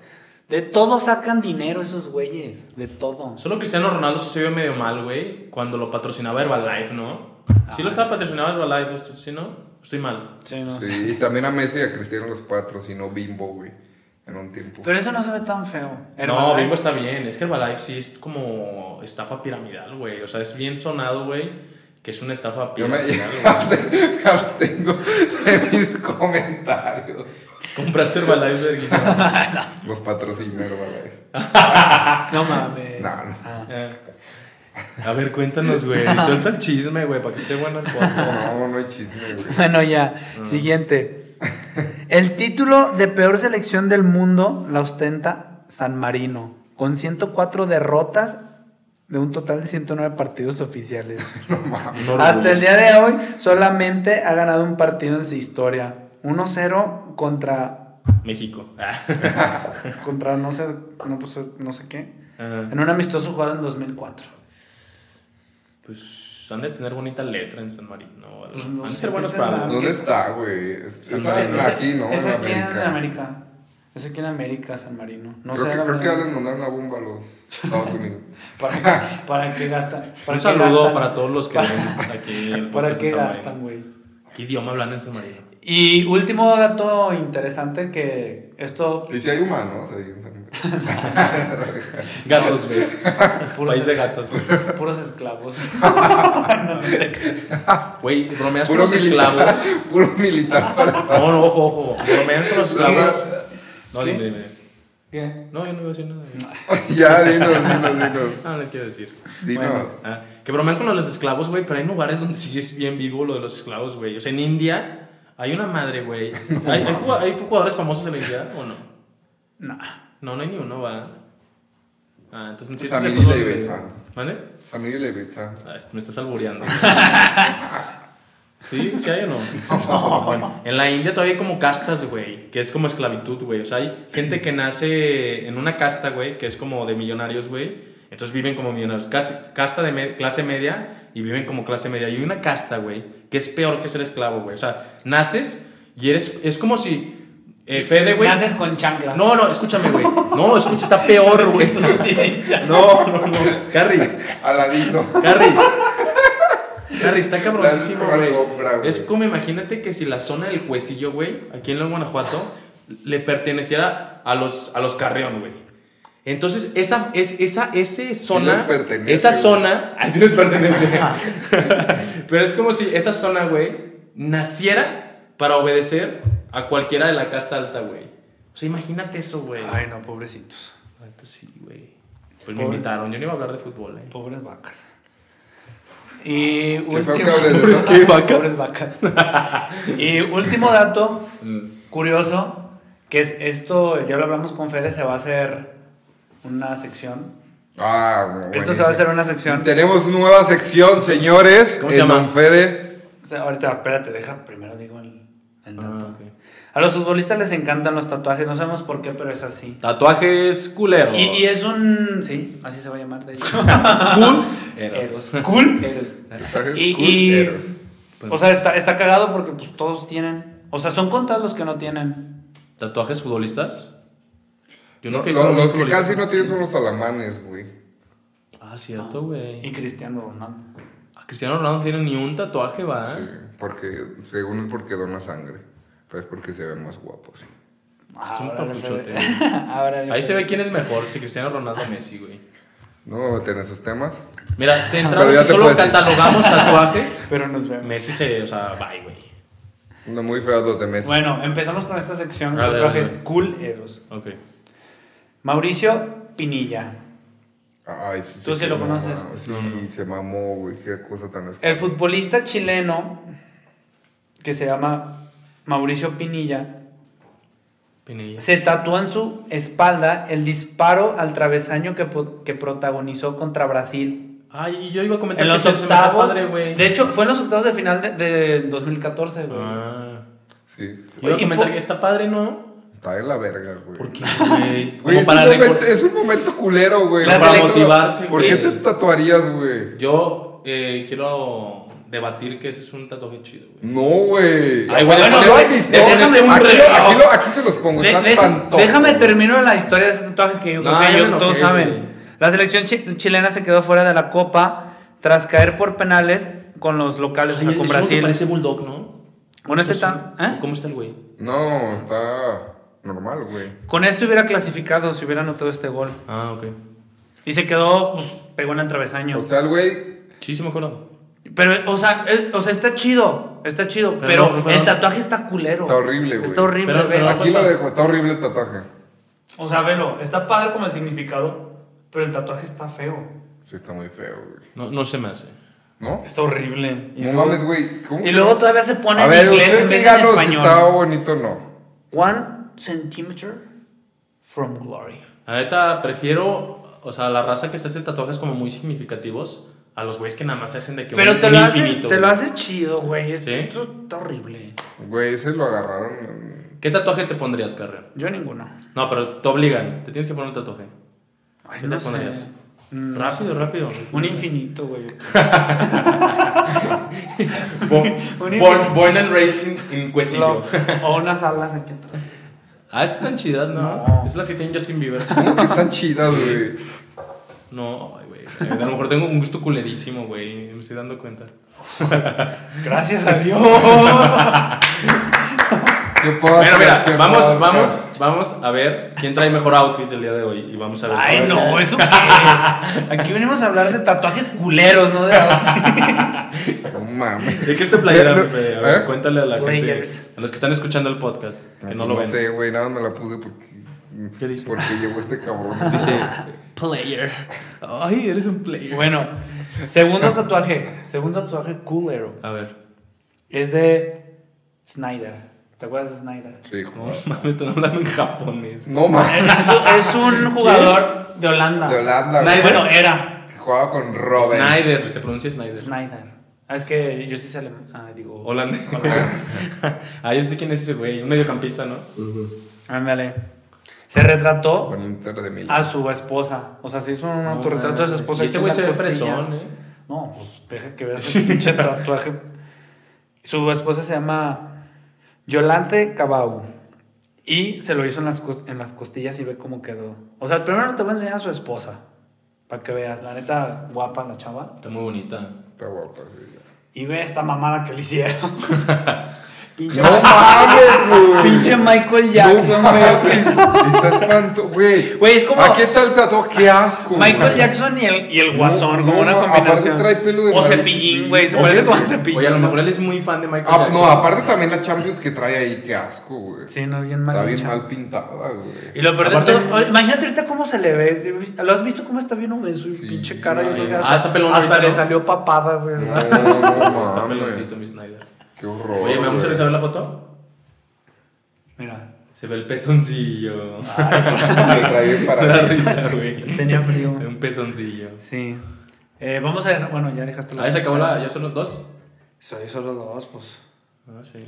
De todo sacan dinero esos güeyes, de todo.
Solo Cristiano Ronaldo sí se vio medio mal, güey. Cuando lo patrocinaba Herbalife, ¿no? sí lo estaba patrocinando Herbalife, pues, ¿sí no? Estoy mal.
Sí, no.
Sí, y también a Messi y a Cristiano los patrocinó Bimbo, güey, en un tiempo.
Pero eso no se ve tan feo. ¿eh?
No,
Herbalife.
Bimbo está bien. Es que Herbalife sí es como estafa piramidal, güey. O sea, es bien sonado, güey, que es una estafa
Yo me,
piramidal.
me
güey.
abste- me abstengo de mis comentarios.
Compraste Herbalife, verguísima.
Los patrocinaron, ¿vale?
No mames.
No, no.
Ah.
Eh. A ver, cuéntanos, güey. Suelta el chisme, güey, para que esté bueno el podcast.
No, no hay chisme, güey.
Bueno, ya.
Mm.
Siguiente. El título de peor selección del mundo la ostenta San Marino, con 104 derrotas de un total de 109 partidos oficiales.
No lo
Hasta el
dudes.
día de hoy solamente ha ganado un partido en su historia. 1-0 contra,
México. Ah.
contra no, sé, no, pues, no sé qué.
Ah.
En un amistoso jugado en 2004.
Pues han de tener bonita letra en San Marino. o algo.
Pues
han
no
de
sé
ser buenos
qué
para.
tendrán.
¿Dónde está, güey? Es-
San
es
Marino.
aquí, ¿no?
Es
en
aquí en
América.
América. Es aquí en América, San Marino. No
creo
sé
que,
la
creo que ya
verdad,
les mandaron una bomba a los Estados Unidos.
¿Para qué, para qué gastan? ¿Para
Un
qué
saludo
gastan?
para todos los que
Para-
ven aquí el
¿Para
podcast
qué
en San
gastan,
Marino.
güey?
¿Qué idioma hablan en San Marino?
Y último dato interesante que esto...
Y si hay humanos ahí en San Miguel.
Gatos, güey.
Puros,
País de
es-
gatos.
puros esclavos. No, no te creas.
Güey, bromeas con
Puro
los esclavos.
militar. Puro militar. para-
No, no, ojo, ojo. Bromeas con los esclavos. No,
¿Qué?
dime, dime.
¿Qué?
No, yo no iba a decir nada.
ya, dinos, dinos, dinos.
No, les quiero decir.
Dinos.
Bueno.
Ah, que bromean con lo de los esclavos, güey, pero hay lugares donde sí es bien vivo lo de los esclavos, güey. O sea, en India hay una madre, güey. ¿Hay, hay jugado- hay jugadores famosos en la India o no?
No.
No, no hay ni uno, va. Ah, entonces sí
Samir
es de fútbol,
y
güey.
Benzán.
¿Vale?
San Miguel y Betzán.
Ah, est- me estás albureando. ¿Sí? ¿Sí hay o no? Bueno, en la India todavía hay como castas, güey, que es como esclavitud, güey. O sea, hay gente que nace en una casta, güey, que es como de millonarios, güey. Entonces viven como millonarios. Cas- Casta de me- clase media y viven como clase media. Y hay una casta, güey, que es peor que ser esclavo, güey. O sea, naces y eres... Es como si... Eh, Fede, güey...
Naces con chanclas.
No, no, escúchame, güey. No, escucha, está peor, güey.
Todos tienen chanclas.
No, no, no. Carrie,
Aladino.
Harry. Harry, está cabroncísimo,
Blanco,
güey.
alfombra, güey.
Es como, imagínate que si la zona del Cuecillo, güey, aquí en León, Guanajuato, le perteneciera a los, a los Carreón, güey. Entonces, esa, es, esa ese
les
zona.
pertenece,
esa
güey.
zona. Así les pertenece. Pero es como si esa zona, güey, naciera para obedecer a cualquiera de la casta alta, güey. O sea, imagínate eso, güey.
Ay, no, pobrecitos.
La neta Sí, güey. Pues me
Pobre.
invitaron. Yo no iba a hablar de fútbol, eh.
Pobres vacas. Y
feo
último.
que hables de eso.
¿Qué, vacas?
Pobres vacas. y último dato
Mm.
curioso, que es esto, ya lo hablamos con Fede, se va a hacer una sección.
Ah,
Esto
buenísimo.
se va a hacer una sección.
Tenemos nueva sección, señores.
¿Cómo
en
se llama?
Don Fede.
O sea, ahorita, espérate, deja, primero digo el, el dato.
Ah, ok.
A los futbolistas les encantan los tatuajes, no sabemos por qué, pero es así.
Tatuajes culeros.
Y, y es un... Sí, así se va a llamar, de hecho.
Cool.
Eros. Cool. Eros.
Tatuajes
Y,
cool,
y-
pero-
Pues,
o sea, está, está cagado porque pues todos tienen. O sea, son contados los que no tienen.
¿Tatuajes futbolistas? Yo
No,
nunca he
lo-
ido a un
los que
futbolista.
casi no tienen son los alamanes, güey.
Ah, cierto,
Y
güey.
Cristiano Ronaldo.
A Cristiano Ronaldo no tiene ni un tatuaje, va.
Sí, porque, según él, porque dona sangre. Pues porque se ve más guapo, sí.
Es un
Ábrale, Fede.
papuchote.
Ábrale,
Ahí se
Fede.
ve quién es mejor, si Cristiano Ronaldo o Messi, güey.
No vamos a meter en esos temas.
Mira, si
Pero
entramos
ya
y
te
solo
puedes ir.
catalogamos tatuajes,
Pero nos vemos.
Messi se, o sea, bye, güey.
No muy feos los de Messi.
Bueno, empezamos con esta sección.
A ver,
Tatuajes
a ver.
cool Eros.
Ok.
Mauricio Pinilla.
Ay, sí,
Tú sí
se
lo
mamó,
conoces. Eh,
Sí, se mamó, güey. Qué cosa tan
El futbolista chileno que se llama Mauricio Pinilla
Pinilla.
se tatuó en su espalda el disparo al travesaño que, po- que protagonizó contra Brasil.
Ay, y yo iba a comentar
En
que
los
se me hace
octavos.
padre, güey.
de hecho, fue en los octavos de final de- del 2014, güey.
Ah.
Sí, sí.
Yo iba a
Oye,
comentar
¿y
que está padre, ¿no?
Está de la verga, güey.
Porque, güey,
Güey,
como
es,
para
un momento,
recor-
es un momento culero, güey.
Las
Para
elec-
motivarse,
¿Por qué
güey.
te tatuarías, güey?
Yo eh, quiero debatir que ese es un tatuaje chido, güey.
No, güey.
Ay, güey,
Aquí
bueno,
lo
güey,
viste,
déjame un
aquí,
reloj.
lo- aquí lo- aquí se los pongo.
De-
estás
deja-
espantoso.
déjame terminar la historia de esos tatuajes que yo creo
No,
que
ya
yo-
me enojé,
todos
güey.
saben. La selección chi- chilena se quedó fuera de la Copa tras caer por penales con los locales, o sea,
Ay,
con
eso no te
Brasil.
parece Bulldog, ¿no?
Con, este
Sí.
tan- ¿eh?
¿Cómo está el güey?
No, está normal, güey.
con esto hubiera clasificado si hubiera anotado este gol.
Ah, ok.
Y se quedó, pues, pegó en el travesaño.
O sea, el güey.
Sí, sí me acuerdo.
pero, o sea, eh, o sea, está chido, está chido,
Pero
pero,
no, pero
el
no.
tatuaje está culero.
Está horrible, güey.
Está horrible,
Pero-
velo.
pero-
Aquí lo dejo. Está horrible el tatuaje.
O sea, velo, está padre como el significado, pero el tatuaje está feo.
Sí, está muy feo, güey.
No, no se me hace.
¿No?
Está horrible.
No mames, güey. ¿Cómo?
Y luego todavía se pone
A ver,
en inglés en
ustedes
vez de en
díganos si
español.
estaba bonito o no.
One centimeter from glory.
La neta, prefiero, o sea, la raza que se hace tatuajes como muy significativos a los güeyes que nada más se hacen de que
Pero
un-
te
un
lo, haces,
infinito,
te lo
güey.
haces chido, güey. Esto,
¿Sí?
esto está horrible.
Güey, ese lo agarraron. en-
¿Qué tatuaje te pondrías, Carrera?
Yo ninguno.
No, pero te obligan. Te tienes que poner un tatuaje.
Ay,
¿Qué
no
te
sé.
pondrías?
Mm,
Rápido, rápido.
Un infinito, güey.
Born,
un
born,
infinito.
born and raised in, in Cuesillo.
Love. O unas alas aquí atrás.
Ah, esas están chidas, ¿no?
No.
Es las que tiene Justin Bieber.
¿Cómo que están chidas, güey?
No, ay, güey. A lo mejor tengo un gusto culerísimo, güey. Me estoy dando cuenta.
Gracias a Dios.
¿Qué puedo
Bueno,
hacer?
mira,
¿Qué puedo
vamos,
hacer?
vamos, vamos a ver quién trae mejor outfit el día de hoy. Y vamos a ver.
Ay, no,
Pues,
¿eso qué? Aquí venimos a hablar de tatuajes culeros, ¿no? De
No mames.
¿De qué es tu playera,
No,
mi Fede? A ver,
¿eh?
cuéntale a la
Players.
gente, a los que están escuchando el podcast, que no lo ven.
sé, güey, nada me la puse porque.
¿Qué dice?
Porque llegó este cabrón.
Dice, player. Ay, eres un player.
Bueno, segundo tatuaje. Segundo tatuaje culero.
A ver,
Es de Snyder. ¿Te acuerdas de Snyder?
Sí,
no
como-
mames, están hablando en japonés.
No mames.
Es, es un jugador de Holanda.
De Holanda,
Snyder.
güey.
Bueno, era
Que jugaba con Robin.
Snyder, se pronuncia Snyder.
Snyder. Ah, es que yo sí sé alemán. Ah, digo.
Holandés. ah, yo sé quién es ese güey, un mediocampista, ¿no?
Ándale. Se retrató
Con Inter de Milán.
Ah.
a su esposa. O sea, se hizo un autorretrato de su esposa.
Y
que
ese
es
güey
una
se ve
costilla.
fresón, ¿eh?
No, pues deja que veas ese pinche tatuaje. Su esposa se llama Yolante Cabau. Y se lo hizo en las, cos- en las costillas y ve cómo quedó. O sea, primero te voy a enseñar a su esposa. Para que veas, la neta, guapa la chava.
Está muy bonita.
Está guapa, sí.
Y ve esta mamada que le hicieron. Pinche
No mames, güey.
Pinche Michael Jackson,
No
güey.
mames, Está espanto, güey.
Güey, es como-
Aquí está el tatuaje, qué asco.
Michael
güey.
Jackson y el, y el guasón,
No,
como
no,
una
no,
combinación.
aparte trae pelo de
o
mar-
cepillín, güey, se
Oye,
parece como a
oye,
cepillín.
Oye, a lo mejor él es muy fan de Michael
Ah,
Jackson.
no, aparte también la Champions que trae ahí, qué asco, güey.
Sí, no, bien
Está
mal.
bien
hecha.
mal pintada, güey.
Y lo peor de
Aparte-
todo- oye, imagínate ahorita cómo se le ve. ¿Lo has visto cómo está bien obeso y
Sí,
pinche cara? Yo
no,
creo que
ya.
hasta,
Ah, está pelón
hasta
ahorita,
le
¿no?
salió papada, güey.
No, no,
Está
no, mames.
peloncito, mi Snyder.
Eh, Qué horror.
Oye, me da mucha
güey.
risa ver la foto.
Mira,
Se ve el pezoncillo.
Ah, Lo trae bien para
Me da
mí.
risa, güey.
tenía frío.
Un pezoncillo.
Sí. Eh, vamos a ver. Bueno, ya dejaste
Ahí se acabó la. ¿Ya son los dos?
Soy solo dos, pues.
Ah, sí.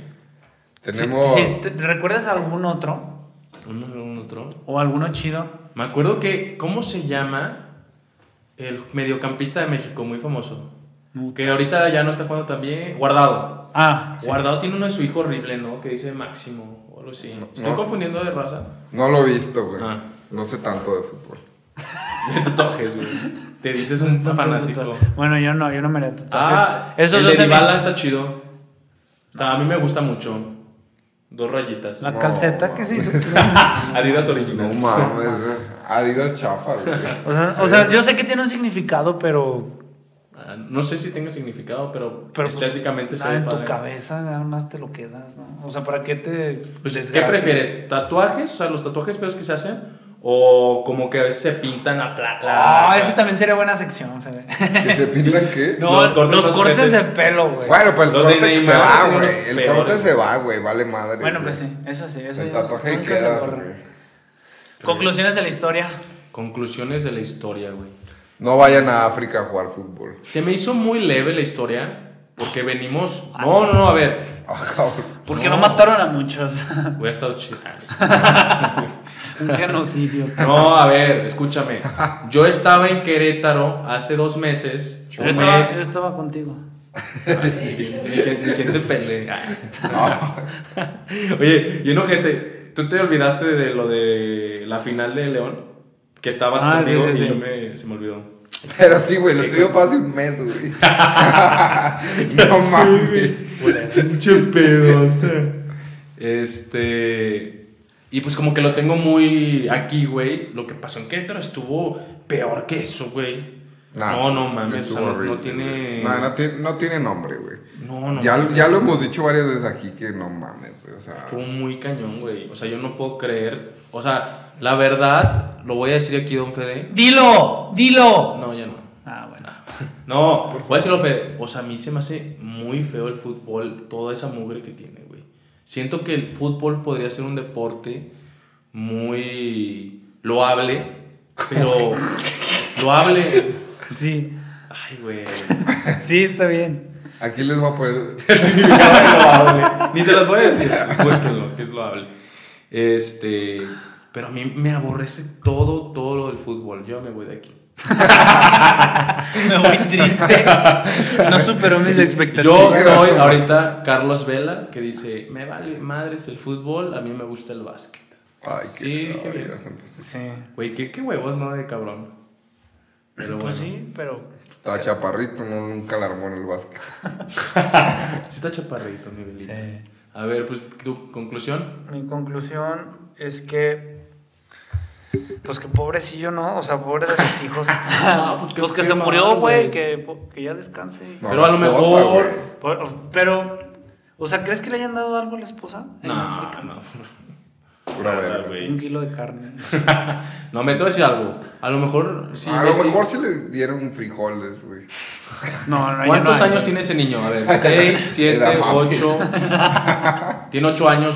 Tenemos.
Si, si te- recuerdas algún otro
Uno, un otro.
o alguno chido.
Me acuerdo que. ¿Cómo se llama el mediocampista de México? Muy famoso. Que ahorita ya no está jugando tan bien. Guardado.
Ah,
Guardado tiene uno de su hijo horrible, ¿no? Que dice Máximo o algo así. Estoy
no.
confundiendo de raza.
No lo he visto, güey.
Ah.
No sé tanto de fútbol.
De tatuajes, güey. Te dices un fanático.
Bueno, yo no, yo no me la tatuajes.
Ah,
Esos
el
dos
de
se me-
Dybala está chido. Está- a mí me gusta mucho. Dos rayitas.
La
No,
calceta
no.
que se hizo.
Adidas
No
originales.
mames. eh. Adidas chafa, güey.
O sea, o sea, yo sé que tiene un significado, pero.
Ah, no sé si tenga significado, pero,
pero pues,
estéticamente se
nada,
ve
en tu
padre.
cabeza nada más te lo quedas, ¿no? O sea, ¿para qué te.
Pues, ¿Qué
desgracias?
prefieres? ¿Tatuajes? O sea, los tatuajes feos que se hacen. O como que a veces se pintan la plata.
Ah, ese también sería buena sección, Fede.
¿Que se pintan qué?
No, los
Los cortes
cortes,
más
de
ojetes.
pelo, güey.
Bueno, pues el
Los de
corte que se
Neymar
va,
son los
güey. El
peores,
corte se
güey.
va, güey. Vale madre.
Bueno, pues
güey.
sí, eso sí, eso
El
ya no-
tatuaje y
nunca se
quedas,
borra.
güey.
Conclusiones de la historia.
Conclusiones de la historia, güey.
No vayan a África a jugar fútbol.
Se me hizo muy leve la historia. Porque venimos. No, no, no, a ver.
Ah, cabrón.
Porque no, mataron a muchos.
Hubiera estado chido.
Un genocidio.
No, a ver, escúchame. Yo estaba en Querétaro hace dos meses.
Yo
Un
estaba,
mes.
yo estaba contigo.
Ay, sí, ni que- ni ¿Quién te pelea? Oye, y no, gente, ¿tú te olvidaste de lo de la final de León? Que estabas
Ah, sí,
conmigo
sí,
y
sí.
yo me, se me olvidó.
Pero sí, güey, lo
Qué
tuyo
cosa.
fue hace un mes, güey. no mames.
Pinche pedota. Este. Y pues como que lo tengo muy aquí, güey. Lo que pasó en Querétaro estuvo peor que eso, güey.
Nah,
no, no
sí,
mames. o
estuvo
sea, no- no,
horrible,
tiene.
güey. No, no tiene, no tiene nombre, güey.
No, no.
Ya,
mames.
ya lo hemos dicho varias veces aquí que no mames, güey. O sea,
Fue muy cañón, güey. O sea, yo no puedo creer. O sea, la verdad, lo voy a decir aquí, don Fede.
¡Dilo! ¡Dilo!
No, ya no.
Ah, bueno.
No, voy a decirlo, Fede. O sea, a mí se me hace muy feo el fútbol, toda esa mugre que tiene, güey. Siento que el fútbol podría ser un deporte muy loable, pero loable.
Sí,
Ay, güey.
sí, está bien.
aquí les voy a poner.
El significado de loable. Ni se los voy a decir. Búsquenlo, que es loable. Este. Pero a mí me aborrece todo, todo lo del fútbol. Yo me voy de aquí.
Me voy triste. No superó mis
Yo
expectativas.
soy ahorita Carlos Vela, que dice: Me vale madres el fútbol, a mí me gusta el básquet.
Ay, qué.
Sí, dije,
ay,
bien.
ya se empezó.
Sí.
Güey, ¿qué, qué huevos, ¿no? De cabrón. Pero bueno.
Pues
sí.
sí, pero.
Estaba chaparrito, no, nunca la armó en el básquet.
está chaparrito, mi Belita.
Sí.
A ver, pues tu conclusión.
Mi conclusión es que. Pues que pobrecillo, ¿no? O sea, pobre de los hijos.
pues, qué-
pues que
qué
se
mal,
murió, güey.
güey.
Que, pues, que ya descanse.
No,
Pero a
la
lo
esposa,
mejor-
güey.
Por- Pero. O sea, ¿crees que le hayan dado algo a la esposa? En
No,
África.
no.
Pura
Nada,
verga.
güey.
Un kilo de carne.
No, me tengo que decir algo. A lo mejor. sí,
a lo
sí.
mejor sí le dieron frijoles, güey.
No, no, yo
¿Cuántos
no-
años tiene ese niño? A ver, 6, 7,
Era mami.
8. Tiene 8 años.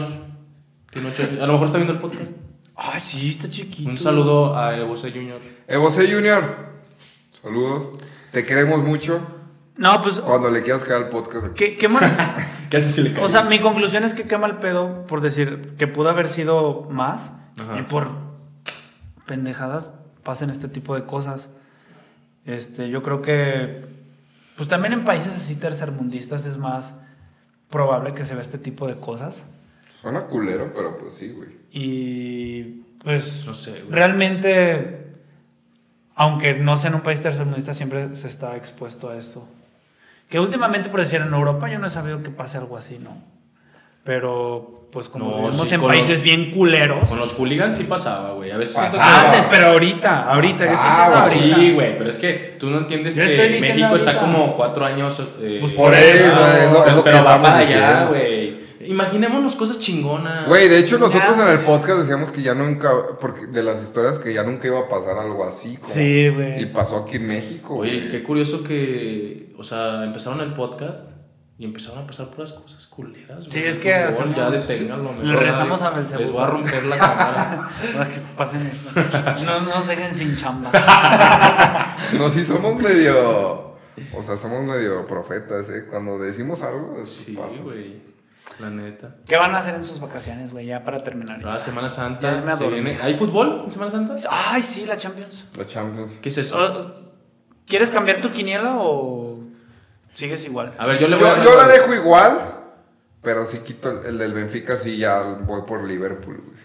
Tiene ocho años. A lo mejor está viendo el podcast.
Ay, sí, está chiquito.
Un saludo a Ebose Junior.
Evose Junior, saludos. Te queremos mucho.
No, pues.
Cuando le quieras caer al podcast aquí.
Qué, qué mal-
¿Qué haces si le
O sea, mi conclusión es que qué mal pedo por decir que pudo haber sido más
Ajá.
y por pendejadas pasen este tipo de cosas. Este, yo creo que pues también en países así tercermundistas es más probable que se vea este tipo de cosas
Suena culero, pero pues sí, güey.
y pues
No sé, güey.
realmente aunque no sea en un país tercermundista siempre se está expuesto a esto. Que últimamente por decir en Europa yo no he sabido que pase algo así, ¿no? pero pues como
No,
vivimos
sí,
en
con
países
los-
bien culeros. Ah,
Con los hooligans sí pasaba, güey. A veces siento que-
Pasaba.
Antes, pero ahorita, ahorita, yo estoy diciendo
Pasaba,
ahorita.
Sí, güey, pero es que tú no entiendes
Yo
que
estoy diciendo
México está
ahorita.
como cuatro años. eh,
Pues
Por eso, es lo, es lo que
pero va
estamos
para allá,
diciendo.
güey. Imaginémonos cosas chingonas.
Güey, de hecho nosotros en
Chingados.
el podcast decíamos que ya nunca, porque de las historias que ya nunca iba a pasar algo así. como-
Sí, güey.
Y pasó aquí en México.
Oye,
güey.
qué curioso que, o sea, empezaron el podcast y empezaron a pasar puras cosas culeras. güey.
Sí, es que
Por favor,
hacemos-
ya deténganlo.
Le
mejor,
rezamos
güey.
a Belcebú.
Les voy a romper la cámara.
Ahora que pasen esto. No nos dejen sin chamba.
No, sí somos medio. O sea, somos medio profetas, ¿eh? Cuando decimos algo, después
Sí,
pasa.
güey. La neta.
¿Qué van a hacer en sus vacaciones, güey? Ya para terminar.
La Semana
Ya
Santa
me
se
dormí.
viene. ¿Hay fútbol en Semana Santa?
Ay, sí, la Champions.
Los Champions.
¿Qué es eso?
Oh, ¿Quieres cambiar tu quiniela o sigues igual?
A ver, yo le
Yo,
voy a...
yo la dejo igual, pero sí quito el, el del Benfica, sí ya voy por Liverpool, güey.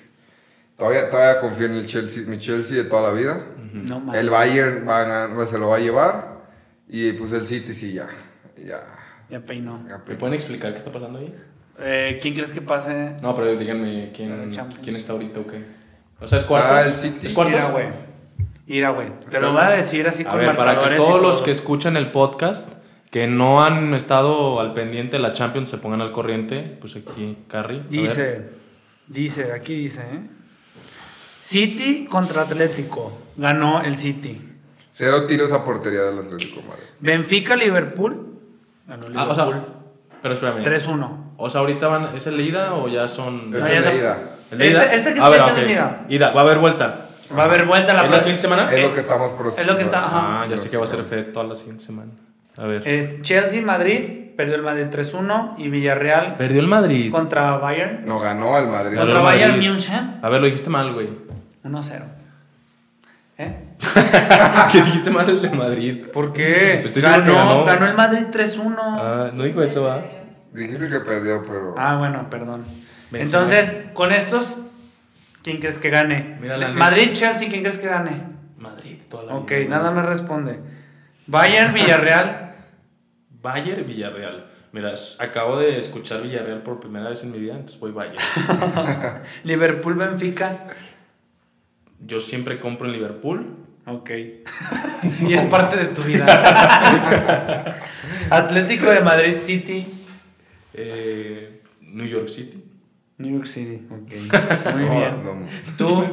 Todavía, todavía confío en el Chelsea, mi Chelsea de toda la vida.
No mames.
El Bayern va a ganar, pues, se lo va a llevar. Y pues el City sí ya. Ya.
Ya peinó.
ya
¿Me
pe-
pueden explicar qué está pasando ahí?
Eh, ¿Quién crees que pase?
No, pero díganme quién,
Pero Champions.
quién está ahorita o qué. O sea, es cuarto.
Ah, el City.
¿Es cuartos?
Ira, güey. Ira, güey. Te lo voy a decir así
A
con
ver, para que
marcadores y
todos los
todo.
que escuchan el podcast, que no han estado al pendiente de la Champions, se pongan al corriente. Pues aquí, Carrie. a ver.
Dice, dice, aquí dice, ¿eh? City contra Atlético. Ganó el City.
Cero tiros a portería del Atlético de Madrid.
Benfica, Liverpool. Ganó
Ah, o
Liverpool.
sea, pero espérame.
3-1.
O sea, ahorita van, ¿es el ida o ya son...?
Esa
ya
es la
no-
ida.
¿El ida?
Este- este que
A ver,
está
ok.
en ida.
Ida, va a haber vuelta.
Va a haber vuelta la
¿En la siguiente semana?
Es
Eh,
lo que estamos procesando.
es lo que está- ajá. Eh,
Ah, ya sé que va a ser fe toda la siguiente semana. A ver.
Es Chelsea, Madrid. Perdió el Madrid 3-1. Y Villarreal
Perdió el Madrid.
contra Bayern.
No ganó al Madrid.
Ganó
Contra
el
Bayern
Madrid.
München.
A ver, lo dijiste mal, güey.
1-0. ¿Eh?
¿Qué dijiste mal el de Madrid?
¿Por qué?
pues Estoy seguro que ganó.
ganó, ganó el Madrid 3-1.
Ah, no dijo eso, va.
Dijiste que perdió, pero.
Ah, bueno, perdón.
Benzema.
Entonces, con estos, ¿quién crees que gane?
Mira la neta.
Madrid, Chelsea, ¿quién crees que gane?
Madrid, toda la
Ok,
vida, güey.
nada me responde. Bayern, Villarreal.
Bayern Villarreal. Mira, s- acabo de escuchar Villarreal por primera vez en mi vida, entonces voy Bayern.
Liverpool, Benfica.
Yo siempre compro en Liverpool.
Ok. y es parte de tu vida. Atlético de Madrid City.
eh, New York City.
New York City. Oh. Ok. Muy
No,
bien.
no.
Tú.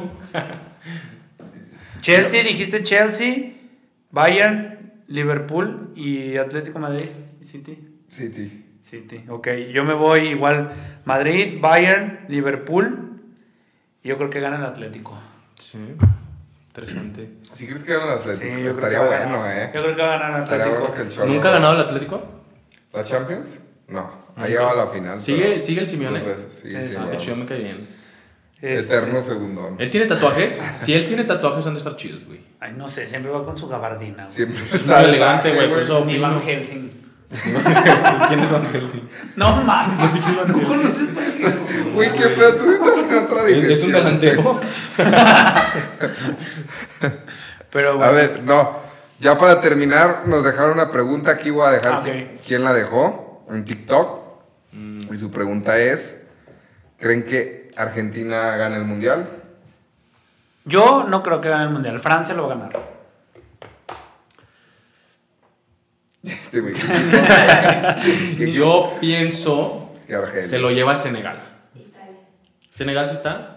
Chelsea, dijiste Chelsea, Bayern, Liverpool y Atlético Madrid. City.
City.
City, ok. Yo me voy igual Madrid, Bayern, Liverpool. y Yo creo que gana el Atlético.
Sí. Interesante.
Si crees que gana el
Sí,
Atlético,
yo creo
estaría
que va a ganar.
bueno,
Yo
¿eh?
creo que va a ganar el
Estaría
Atlético.
bueno que el Cholo-
¿Nunca ha ganado el Atlético?
¿La Champions? No. Ha llegado a la final.
Sigue,
pero- pues,
sigue el Simeone.
Dos veces, sigue
Sí, sí,
Ah,
Simeone.
qué chido, me cae bien.
Este,
Eterno segundo.
¿Él tiene tatuajes? si él tiene tatuajes, han de estar chidos, güey.
Ay, no sé, siempre va con su gabardina. güey.
Siempre
Es muy elegante, güey. Por eso
Ni
opino.
Van Helsing.
¿Quién es Van Helsing?
No mames.
No sé quién es Van Helsing.
conoces Van Helsing?
Güey, qué feo, tú estás en otra
¿Es
dimensión.
es un delantero?
Pero
A
bueno.
ver, no. Ya para terminar, nos dejaron una pregunta. Aquí voy a dejar
Ah,
qui-
ok.
quién la dejó en TikTok. Y su pregunta es: ¿Creen que Argentina gana el mundial?
Yo no creo que gane el Mundial. Francia lo va a ganar.
Este güey. que-
Yo pienso
que Argentina.
se lo lleva a Senegal. ¿Senegal sí está?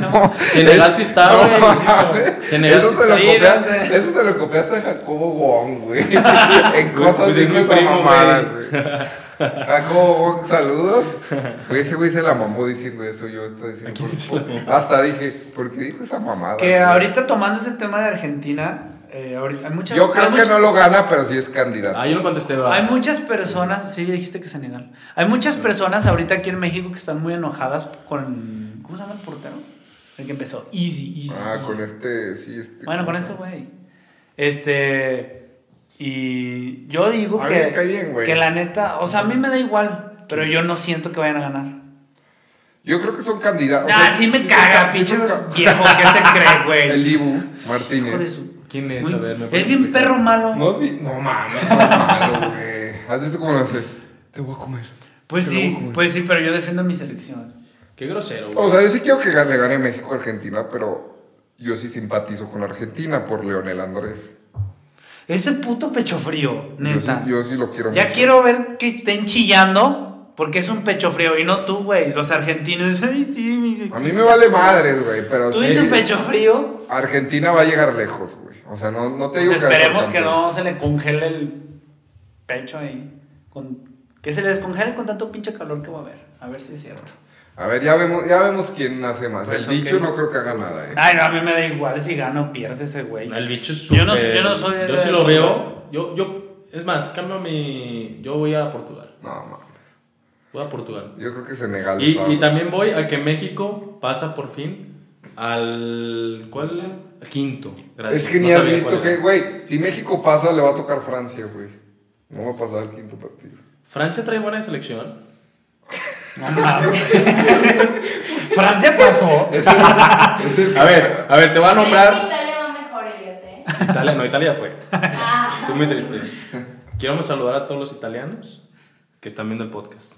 No.
Senegal sí está,
No,
güey.
mames.
Senegal
eso,
sí
se lo
está.
sí,
copiaste,
no sé.
eso se lo copiaste a Jacobo Wong, güey. en cosas
pues
de
es mi
esa
primo,
mamada, güey. Jacobo Wong, saludos. Güey, ese güey se la mamó diciendo eso. Yo estoy diciendo. por- por- hasta dije, ¿por qué dijo esa mamada?
Que
güey?
ahorita tomando ese tema de Argentina, eh, ahorita hay muchas
Yo
hay
creo que
muchas-
no lo gana, pero sí es candidato.
Ah, yo no contesté, va.
Hay muchas personas, sí, dijiste que Senegal. Hay muchas personas ahorita aquí en México que están muy enojadas con. ¿Cómo se llama el portero? El que empezó. Easy, easy.
Ah,
easy.
con este, sí, este.
Bueno, con ese güey. Este. Y yo digo
A mí
que.
me cae bien, güey.
que la neta. O sea, a mí me da igual. Pero yo no siento que vayan a ganar.
Yo creo que son candidatos.
nah, sí me caga, pinche viejo que se cree, güey.
El Ibu
Hijo de
Martínez.
su-
¿Quién es?
Güey,
A ver, ¿me puedes
es bien
explicar?
perro malo.
No, vi- no mames, no es malo, güey. ¿Has visto cómo lo hace? Te voy a comer.
Pues
Qué
sí,
loco, güey.
pues sí, pero yo defiendo mi selección.
Qué grosero, güey.
O sea, yo sí quiero que gane, le gane México a Argentina, pero yo sí simpatizo con Argentina por Leonel Andrés.
Ese puto pecho frío,
Yo sí,
neta.
yo sí lo quiero
ya
mucho.
quiero ver que estén chillando porque es un pecho frío y no tú, güey. Los argentinos, ay, sí, mi
A
selección".
mí me vale madres, güey, pero
Tú
sí.
y tu pecho frío.
Argentina va a llegar lejos, güey. O sea, no, no te
Pues
digo va a ser
esperemos que
campeón.
no se le congele el pecho ahí. Con, que se le descongele con tanto pinche calor que va a haber. A ver si es cierto.
A ver, ya vemos, ya vemos quién hace más.
Pues,
el bicho
ok.
no creo que haga nada, eh.
Ay, no, a mí me da igual si gana o pierde ese güey.
El bicho es
Yo no-
súper-
yo no soy de-
Yo sí lo veo. Yo, yo, es más, cambio mi. Yo voy a Portugal.
No, mames.
Voy a Portugal.
Yo creo que Senegal.
Y,
está-
y también voy a que México pasa por fin al. ¿Cuál? Quinto. Gracias.
Es que
No
ni has
sabía
visto
cuál
que,
era.
güey, si México pasa, le va a tocar Francia, güey. No va a pasar el quinto partido.
Francia trae buena selección.
No mames. Francia pasó.
A ver, a ver, te voy a nombrar.
Italia va mejor, Elliot, ¿eh?
Italia, no, Italia fue.
Ah.
Tú me triste. Quiero saludar a todos los italianos que están viendo el podcast.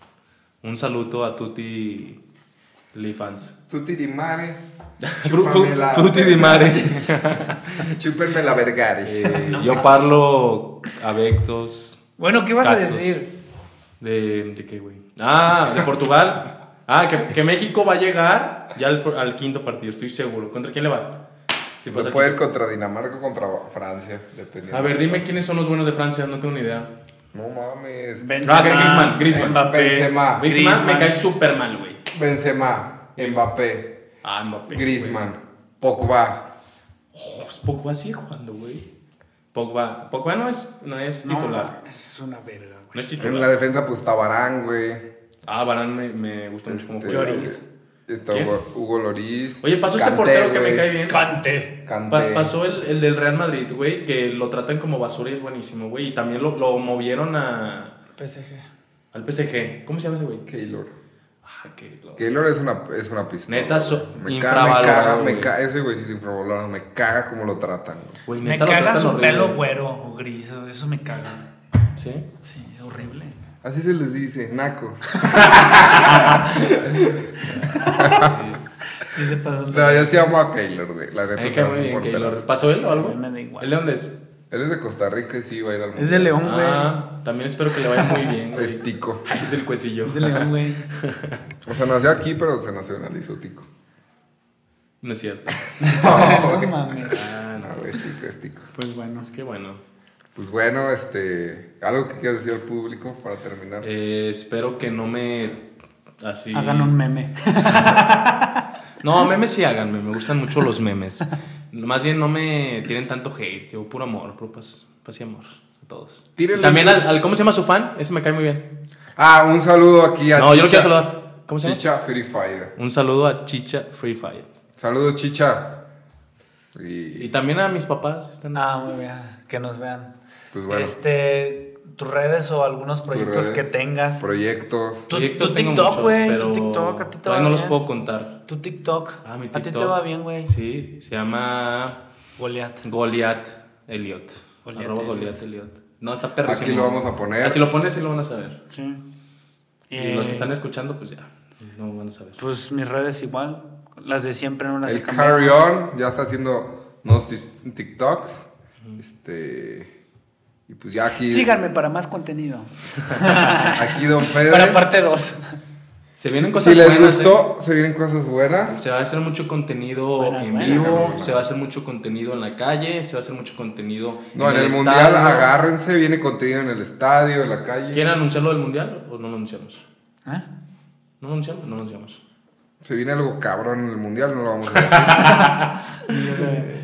Un saludo a tutti gli fans.
Tutti di mare.
Fru-
Chúpame la-
fru- Frutti di mare.
Chúpenme la vergare.
Eh, Yo parlo avectos.
Bueno, ¿qué vas a
Tazos.
decir?
De, ¿De qué, güey? Ah, de Portugal. Ah, que, que México va a llegar ya al, al quinto partido, estoy seguro. ¿Contra quién le va? Si pasa
Se
el
puede ir
quinto.
contra Dinamarca o contra Francia, dependiendo.
A ver, dime quiénes son los buenos de Francia, no tengo ni idea.
No mames.
Ah, Griezmann, Griezmann.
Mbappé.
Benzema.
Griezmann me
Griezmann.
cae súper mal, güey.
Benzema, Mbappé,
Ah, Mbappé.
Griezmann, Pogba.
güey. Pues Pogba sigue jugando, güey. Pogba. Pogba no es, no es
No,
titular.
es una verga, güey.
No es
En la
titular.
defensa, pues Tabarán, güey.
Ah, Barán me, me gusta mucho como
Este,
juega.
Lloris.
Está
¿Quién?
Hugo, Hugo Loris.
Oye, pasó este
Kanté,
portero que me
güey.
cae bien.
Cante.
Kanté.
Pa- pasó el, el del Real Madrid, güey, que lo tratan como basura y es buenísimo, güey. Y también lo, lo movieron a,
PSG.
al PSG. ¿Cómo se llama ese güey?
Keylor.
Ah, que lo-
Keylor es una, es una pistola.
Neta, so-
güey. me caga, me
infravalorado,
caga, me
güey.
caga. Ese güey sí es infravalorado. Me caga como lo tratan, güey.
Güey,
Me
neta, lo
caga
tratan
su
horrible.
pelo güero o gris. Eso me caga.
¿Sí?
Sí, es horrible.
Así se les dice, nacos.
Sí se pasan.
No, yo sí amo a Keylor, güey. La neta
Me
se
cae
me hace
muy
un
bien, que
porterazo.
lo- ¿Pasó él o algo?
Me da igual.
¿El de dónde es?
Él es de Costa Rica y sí va a ir al
Es de León, güey.
Ah, también espero que le vaya muy bien, güey.
Es tico.
Ay, es el cuecillo.
Es de León, güey.
O sea, nació aquí, pero se nacionalizó tico.
No es cierto.
No mames.
Ah,
No,
no.
güey, es tico, es tico.
Pues bueno.
Qué bueno.
Pues bueno, este. ¿Algo que quieras decir al público para terminar?
Eh, espero que no me... Así...
Hagan un meme.
No, memes sí háganme, me gustan mucho los memes. Más bien no me tienen tanto hate, yo puro amor, puro paz, paz y amor a todos.
Tírenle
Y también
un-
al, al- ¿cómo se llama su fan? Ese me cae muy bien.
Ah, un saludo aquí a
No, yo lo
Chicha.
quiero saludar. ¿Cómo se llama?
Chicha Free Fire.
Un saludo a Chicha Free Fire.
Saludos, Chicha. Y,
Y también a mis papás. si Están...
Ah, muy bien. Que nos vean.
Pues bueno.
Este, tus redes o algunos proyectos
redes.
que tengas.
proyectos.
Tu,
Proyectos
tu
tengo
TikTok,
muchos,
güey.
pero
Tu TikTok, a ti te va
todavía no los
bien.
puedo contar.
Tu TikTok.
Ah, mi
A ti te
TikTok.
va bien, güey.
Sí, se llama
Goliat.
Goliath Elliot.
Goliath
Arroba
Elliot.
Goliath Elliot. No, está perrísimo.
Aquí lo vamos a poner.
Ah, si lo pones, sí lo van a saber.
Sí. Eh.
Y los que están escuchando, pues ya, no van a saber.
Pues mis redes igual. Las de siempre no las he
El
cambiado.
Carry On ya está haciendo unos tis- TikToks. Este. Y pues ya aquí.
Síganme para más contenido.
Aquí Don Fede.
Para parte 2.
Se vienen cosas
si les
buenas,
gustó, se vienen cosas
¿eh?
buenas.
Se va a hacer mucho contenido
Buenas,
en
buenas.
vivo,
Buenas.
se va a hacer mucho contenido en la calle, se va a hacer mucho contenido
No, en el,
estadio.
mundial, agárrense. Viene contenido en el estadio, en la calle.
¿Quieren anunciarlo del mundial o no lo anunciamos?
¿Eh?
¿No lo anunciamos? No lo anunciamos.
Se viene algo cabrón en el mundial, no lo vamos a decir.
Y ya se ve.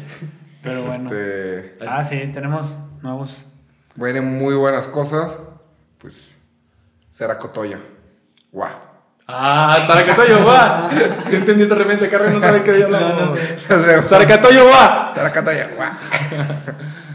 Pero bueno.
Este,
Ah, sí, tenemos nuevos.
vienen muy buenas cosas. Pues será Cotoya. Guau.
Ah, Saracatoyo, va. Si entendí esa referencia, Carmen no sabe qué día
No, no sé.
Será
Saracatoyo, va.
Cotoya. Guau.